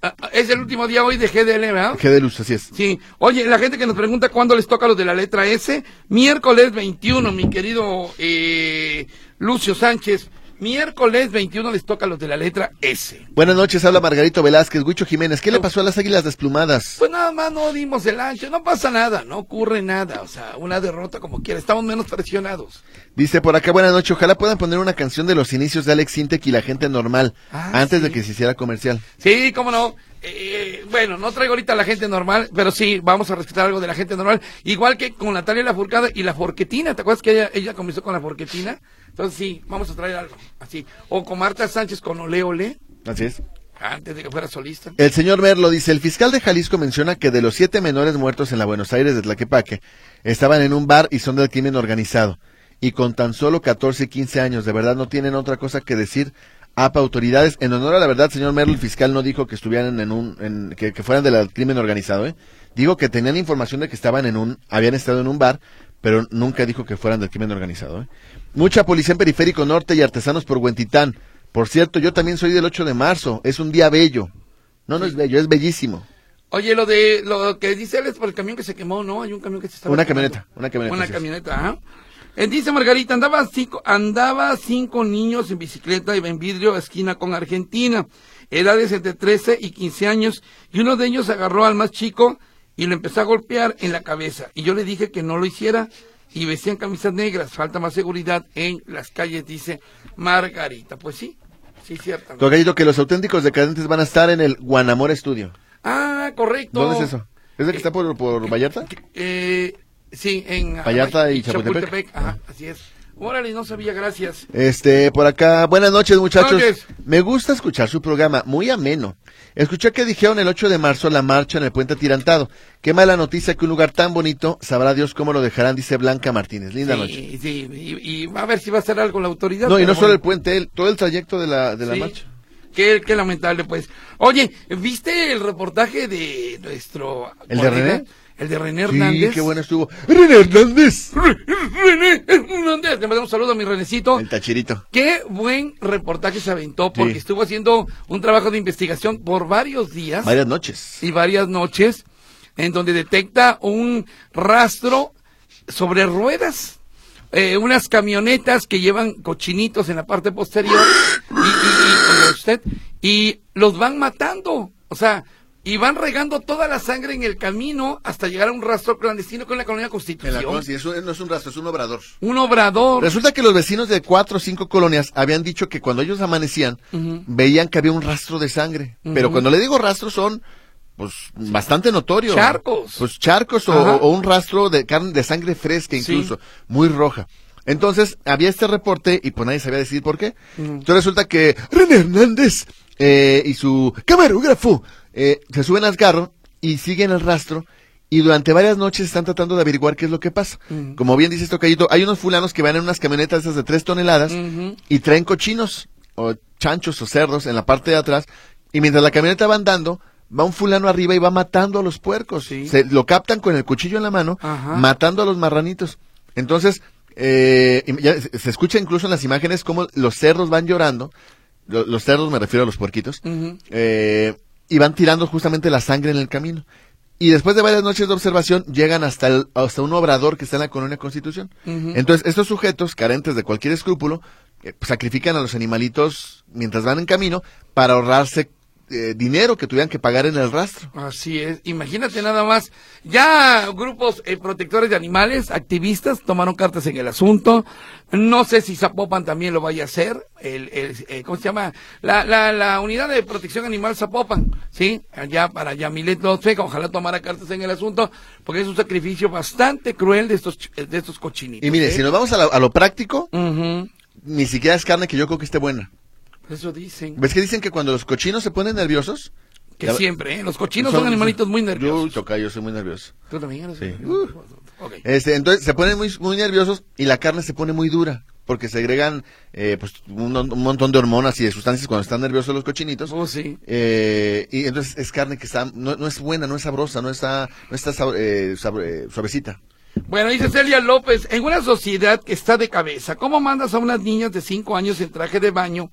Speaker 2: Ah, ah, es el último día hoy de GDL, ¿verdad?
Speaker 1: Qué de luz, así es.
Speaker 2: Sí. Oye, la gente que nos pregunta cuándo les toca los de la letra S, miércoles 21, mi querido eh, Lucio Sánchez. Miércoles 21 les toca los de la letra S.
Speaker 1: Buenas noches, habla Margarito Velázquez, Huicho Jiménez. ¿Qué le pasó a las águilas desplumadas?
Speaker 2: Pues nada más no dimos el ancho, no pasa nada, no ocurre nada. O sea, una derrota como quiera, estamos menos presionados.
Speaker 1: Dice por acá, buenas noches, ojalá puedan poner una canción de los inicios de Alex Sintek y la gente normal,
Speaker 2: Ah,
Speaker 1: antes de
Speaker 2: sí.
Speaker 1: que se hiciera comercial.
Speaker 2: Sí, cómo no. Eh, bueno, no traigo ahorita a la gente normal, pero sí, vamos a respetar algo de la gente normal. Igual que con Natalia La Furcada y La Forquetina. ¿Te acuerdas que ella, ella comenzó con La Forquetina? Entonces sí, vamos a traer algo así. O con Marta Sánchez con Ole Ole,
Speaker 1: Así es.
Speaker 2: antes de que fuera solista.
Speaker 1: El señor Merlo dice, el fiscal de Jalisco menciona que de los siete menores muertos en la Buenos Aires de Tlaquepaque, estaban en un bar y son del crimen organizado. Y con tan solo 14 y 15 años, de verdad no tienen otra cosa que decir APA autoridades. En honor a la verdad, señor Merlo, el fiscal no dijo que estuvieran en un, en- que, que fueran del crimen organizado, ¿eh? Digo que tenían información de que estaban en un, habían estado en un bar, pero nunca dijo que fueran del crimen organizado, ¿eh? Mucha policía en Periférico Norte y artesanos por Huentitán. Por cierto, yo también soy del 8 de marzo, es un día bello. No, no es bello, es bellísimo.
Speaker 2: Oye, lo de lo que dice él es por el camión que se quemó, ¿no? Hay un camión que se estaba
Speaker 1: Una
Speaker 2: quemando.
Speaker 1: camioneta, una camioneta,
Speaker 2: Una
Speaker 1: así es.
Speaker 2: camioneta, ajá. Eh, dice Margarita, andaba cinco, andaba cinco niños en bicicleta y en vidrio esquina con Argentina, edades entre 13 y 15 años, y uno de ellos agarró al más chico y lo empezó a golpear en la cabeza. Y yo le dije que no lo hiciera y vestían camisas negras, falta más seguridad en las calles, dice Margarita. Pues sí, sí, cierto.
Speaker 1: Tocayito, que los auténticos decadentes van a estar en el Guanamora Studio.
Speaker 2: Ah, correcto.
Speaker 1: ¿Dónde es eso? ¿Es el que está por, por Vallarta?
Speaker 2: Eh, sí, en
Speaker 1: Vallarta y Chapultepec.
Speaker 2: Ajá, así es. Órale, no sabía, gracias.
Speaker 1: Este, por acá. Buenas noches, muchachos.
Speaker 2: Noches.
Speaker 1: Me gusta escuchar su programa, muy ameno. Escuché que dijeron el 8 de marzo la marcha en el puente atirantado. Qué mala noticia que un lugar tan bonito, sabrá Dios cómo lo dejarán, dice Blanca Martínez. Linda noche.
Speaker 2: Sí, sí, y, y a ver si va a hacer algo la autoridad.
Speaker 1: No, y
Speaker 2: pero
Speaker 1: no solo el
Speaker 2: bueno,
Speaker 1: puente, el- todo el trayecto de la, de la
Speaker 2: sí.
Speaker 1: marcha.
Speaker 2: Qué, qué lamentable, pues. Oye, ¿viste el reportaje de nuestro...
Speaker 1: ¿El de René?
Speaker 2: El de René
Speaker 1: Sí,
Speaker 2: Hernández.
Speaker 1: qué bueno estuvo. René Hernández.
Speaker 2: Re- René Hernández. Le mando un saludo a mi Renecito.
Speaker 1: El tachirito.
Speaker 2: Qué buen reportaje se aventó porque
Speaker 1: Sí.
Speaker 2: estuvo haciendo un trabajo de investigación por varios días.
Speaker 1: Varias noches.
Speaker 2: y varias noches en donde detecta un rastro sobre ruedas, eh, unas camionetas que llevan cochinitos en la parte posterior y, y- y- oiga usted, y los van matando, o sea, y van regando toda la sangre en el camino hasta llegar a un rastro clandestino con la colonia
Speaker 1: En la
Speaker 2: Constitución.
Speaker 1: Consti, eso no es un rastro, es un obrador.
Speaker 2: Un obrador.
Speaker 1: Resulta que los vecinos de cuatro o cinco colonias habían dicho que cuando ellos amanecían, veían que había un rastro de sangre. Pero cuando le digo rastro son, pues, bastante notorios.
Speaker 2: Charcos.
Speaker 1: Pues charcos o,
Speaker 2: Ajá.
Speaker 1: o un rastro de carne, de sangre fresca
Speaker 2: Sí.
Speaker 1: incluso, muy roja. Entonces, había este reporte y pues nadie sabía decir por qué. Entonces resulta que René Hernández eh, y su camarógrafo eh, se suben al carro y siguen el rastro y durante varias noches están tratando de averiguar qué es lo que pasa. Como bien dice esto, Cayito, hay unos fulanos que van en unas camionetas esas de tres toneladas
Speaker 2: Ujú.
Speaker 1: y traen cochinos o chanchos o cerdos en la parte de atrás y mientras la camioneta va andando, va un fulano arriba y va matando a los puercos.
Speaker 2: Sí.
Speaker 1: Se lo captan con el cuchillo en la mano,
Speaker 2: Ajá.
Speaker 1: matando a los marranitos. Entonces, eh, im- ya se se escucha incluso en las imágenes cómo los cerdos van llorando, lo- los cerdos me refiero a los puerquitos,
Speaker 2: Ujú.
Speaker 1: eh, y van tirando justamente la sangre en el camino. Y después de varias noches de observación, llegan hasta, el- hasta un obrador que está en la colonia Constitución.
Speaker 2: Ujú.
Speaker 1: Entonces, estos sujetos, carentes de cualquier escrúpulo, eh, sacrifican a los animalitos mientras van en camino para ahorrarse eh, dinero que tuvieran que pagar en el rastro.
Speaker 2: Así es, imagínate nada más. Ya grupos eh, protectores de animales, activistas, tomaron cartas en el asunto. No sé si Zapopan también lo vaya a hacer. El, el, eh, ¿Cómo se llama? La, la, la unidad de protección animal Zapopan, ¿sí? Allá para Yamilet Lozfeca, ojalá tomara cartas en el asunto, porque es un sacrificio bastante cruel de estos, ch- de estos cochinitos.
Speaker 1: Y mire,
Speaker 2: ¿eh?
Speaker 1: si nos vamos a, la- a lo práctico,
Speaker 2: Ujú,
Speaker 1: ni siquiera es carne que yo creo que esté buena.
Speaker 2: Eso dicen.
Speaker 1: ¿Ves que dicen que cuando los cochinos se ponen nerviosos?
Speaker 2: Que
Speaker 1: la-
Speaker 2: siempre, ¿eh? Los cochinos son, animalitos muy nerviosos.
Speaker 1: Yo, toca, yo soy muy nervioso.
Speaker 2: ¿Tú también eres?
Speaker 1: Sí.
Speaker 2: Uh, ok.
Speaker 1: Este, entonces se ponen muy, muy nerviosos y la carne se pone muy dura porque segregan eh, pues, un, un montón de hormonas y de sustancias cuando están nerviosos los cochinitos.
Speaker 2: Oh, sí.
Speaker 1: Eh, y entonces es carne que está no, no es buena, no es sabrosa, no está no está sab- eh, sab- eh, suavecita.
Speaker 2: Bueno, dice Celia López, en una sociedad que está de cabeza, ¿cómo mandas a unas niñas de cinco años en traje de baño?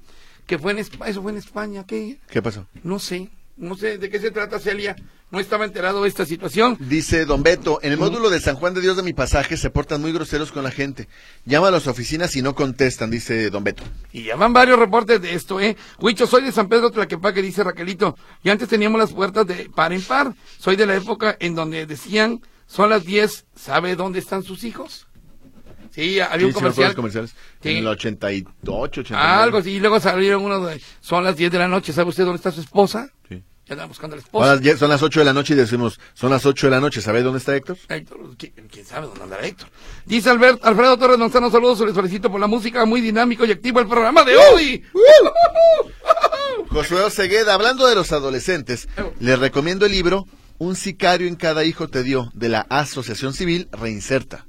Speaker 2: Que fue en España, eso fue en España, ¿qué?
Speaker 1: ¿Qué pasó?
Speaker 2: No sé. No sé de qué se trata, Celia. No estaba enterado de esta situación.
Speaker 1: Dice Don Beto, en el módulo de San Juan de Dios de mi pasaje se portan muy groseros con la gente. Llama a las oficinas y no contestan, dice Don Beto.
Speaker 2: Y ya van varios reportes de esto, ¿eh? Huicho, soy de San Pedro Tlaquepaque, dice Raquelito. Y antes teníamos las puertas de par en par. Soy de la época en donde decían, son las 10, ¿sabe dónde están sus hijos? Sí, había un
Speaker 1: Sí, sí me acuerdo de
Speaker 2: comercial.
Speaker 1: los comerciales.
Speaker 2: Sí. Ah,
Speaker 1: En el 88, 89.
Speaker 2: Algo así. Y luego salieron unos de, son las 10 de la noche, ¿sabe usted dónde está su esposa?
Speaker 1: Sí.
Speaker 2: Ya andan buscando a la esposa.
Speaker 1: Ahora ya son las 8 de la noche y decimos, son las 8 de la noche, ¿sabes dónde está Héctor?
Speaker 2: Héctor, ¿qui- quién sabe dónde andará Héctor. Dice Albert, Alfredo Torres Manzano, saludos, les felicito por la música, muy dinámico y activo el programa de hoy.
Speaker 1: Josué Osegueda, hablando de los adolescentes,
Speaker 2: Oh.
Speaker 1: les recomiendo el libro Un sicario en cada hijo te dio, de la Asociación Civil Reinserta.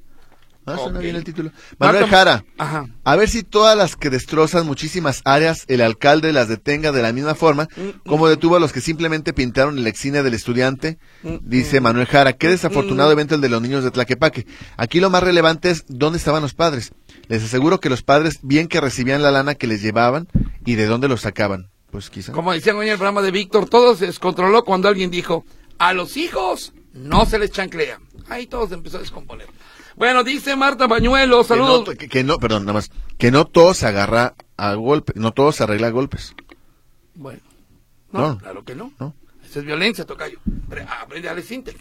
Speaker 1: Ah, suena
Speaker 2: Ok.
Speaker 1: bien el título. Manuel
Speaker 2: Marta-
Speaker 1: Jara,
Speaker 2: Ajá.
Speaker 1: a ver si todas las que destrozan muchísimas áreas, el alcalde las detenga de la misma forma, como detuvo a los que simplemente pintaron el exine del estudiante, dice Manuel Jara. Qué desafortunado evento el de los niños de Tlaquepaque. Aquí lo más relevante es dónde estaban los padres. Les aseguro que los padres, bien que recibían la lana que les llevaban y de dónde los sacaban. Pues quizá.
Speaker 2: Como decían hoy en el programa de Víctor, todo se descontroló cuando alguien dijo, a los hijos no se les chanclea. Ahí todo se empezó a descomponer. Bueno, dice Marta
Speaker 1: Que
Speaker 2: Bañuelo,
Speaker 1: no,
Speaker 2: saludos.
Speaker 1: to- que, que no, perdón, nada más. Que no todo se agarra a golpes, no todo se arregla a golpes.
Speaker 2: Bueno, no,
Speaker 1: No.
Speaker 2: claro que no.
Speaker 1: ¿No?
Speaker 2: Esa es violencia, Tocayo. Pre- Aprende a leer Sintec.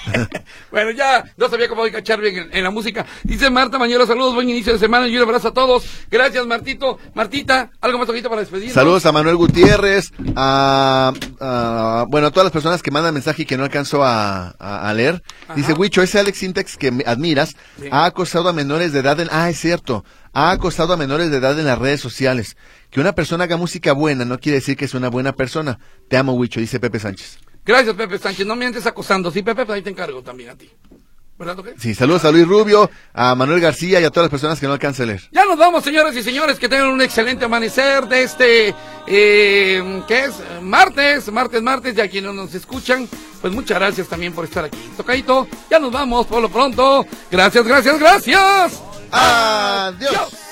Speaker 2: bueno, ya no sabía cómo cachar bien en, en la música. Dice Marta Mañuelo, saludos, buen inicio de semana y un abrazo a todos. Gracias, Martito. Martita, algo más ojito para despedirnos.
Speaker 1: Saludos a Manuel Gutiérrez, a, a- bueno, a todas las personas que mandan mensaje y que no alcanzo a, a- a leer. Dice, Huicho, ese Alex Sintex que me admiras
Speaker 2: Sí.
Speaker 1: ha acosado a menores de edad en... Ah, es cierto, ha acosado a menores de edad en las redes sociales. Que una persona haga música buena no quiere decir que es una buena persona. Te amo, Huicho, dice Pepe Sánchez.
Speaker 2: Gracias, Pepe Sánchez. No me andes acosando. Sí, Pepe, pues ahí te encargo también a ti. ¿Verdad, Tocayo?
Speaker 1: Sí, saludos a Luis Rubio, a Manuel García y a todas las personas que no alcanzo a leer.
Speaker 2: Pues, Ya nos vamos, señoras y señores, que tengan un excelente amanecer de este, eh, ¿qué es? Martes, martes, martes, ya quienes nos escuchan, pues muchas gracias también por estar aquí. Tocadito, ya nos vamos, por lo pronto. Gracias, gracias, gracias.
Speaker 1: Adiós.
Speaker 2: Adiós.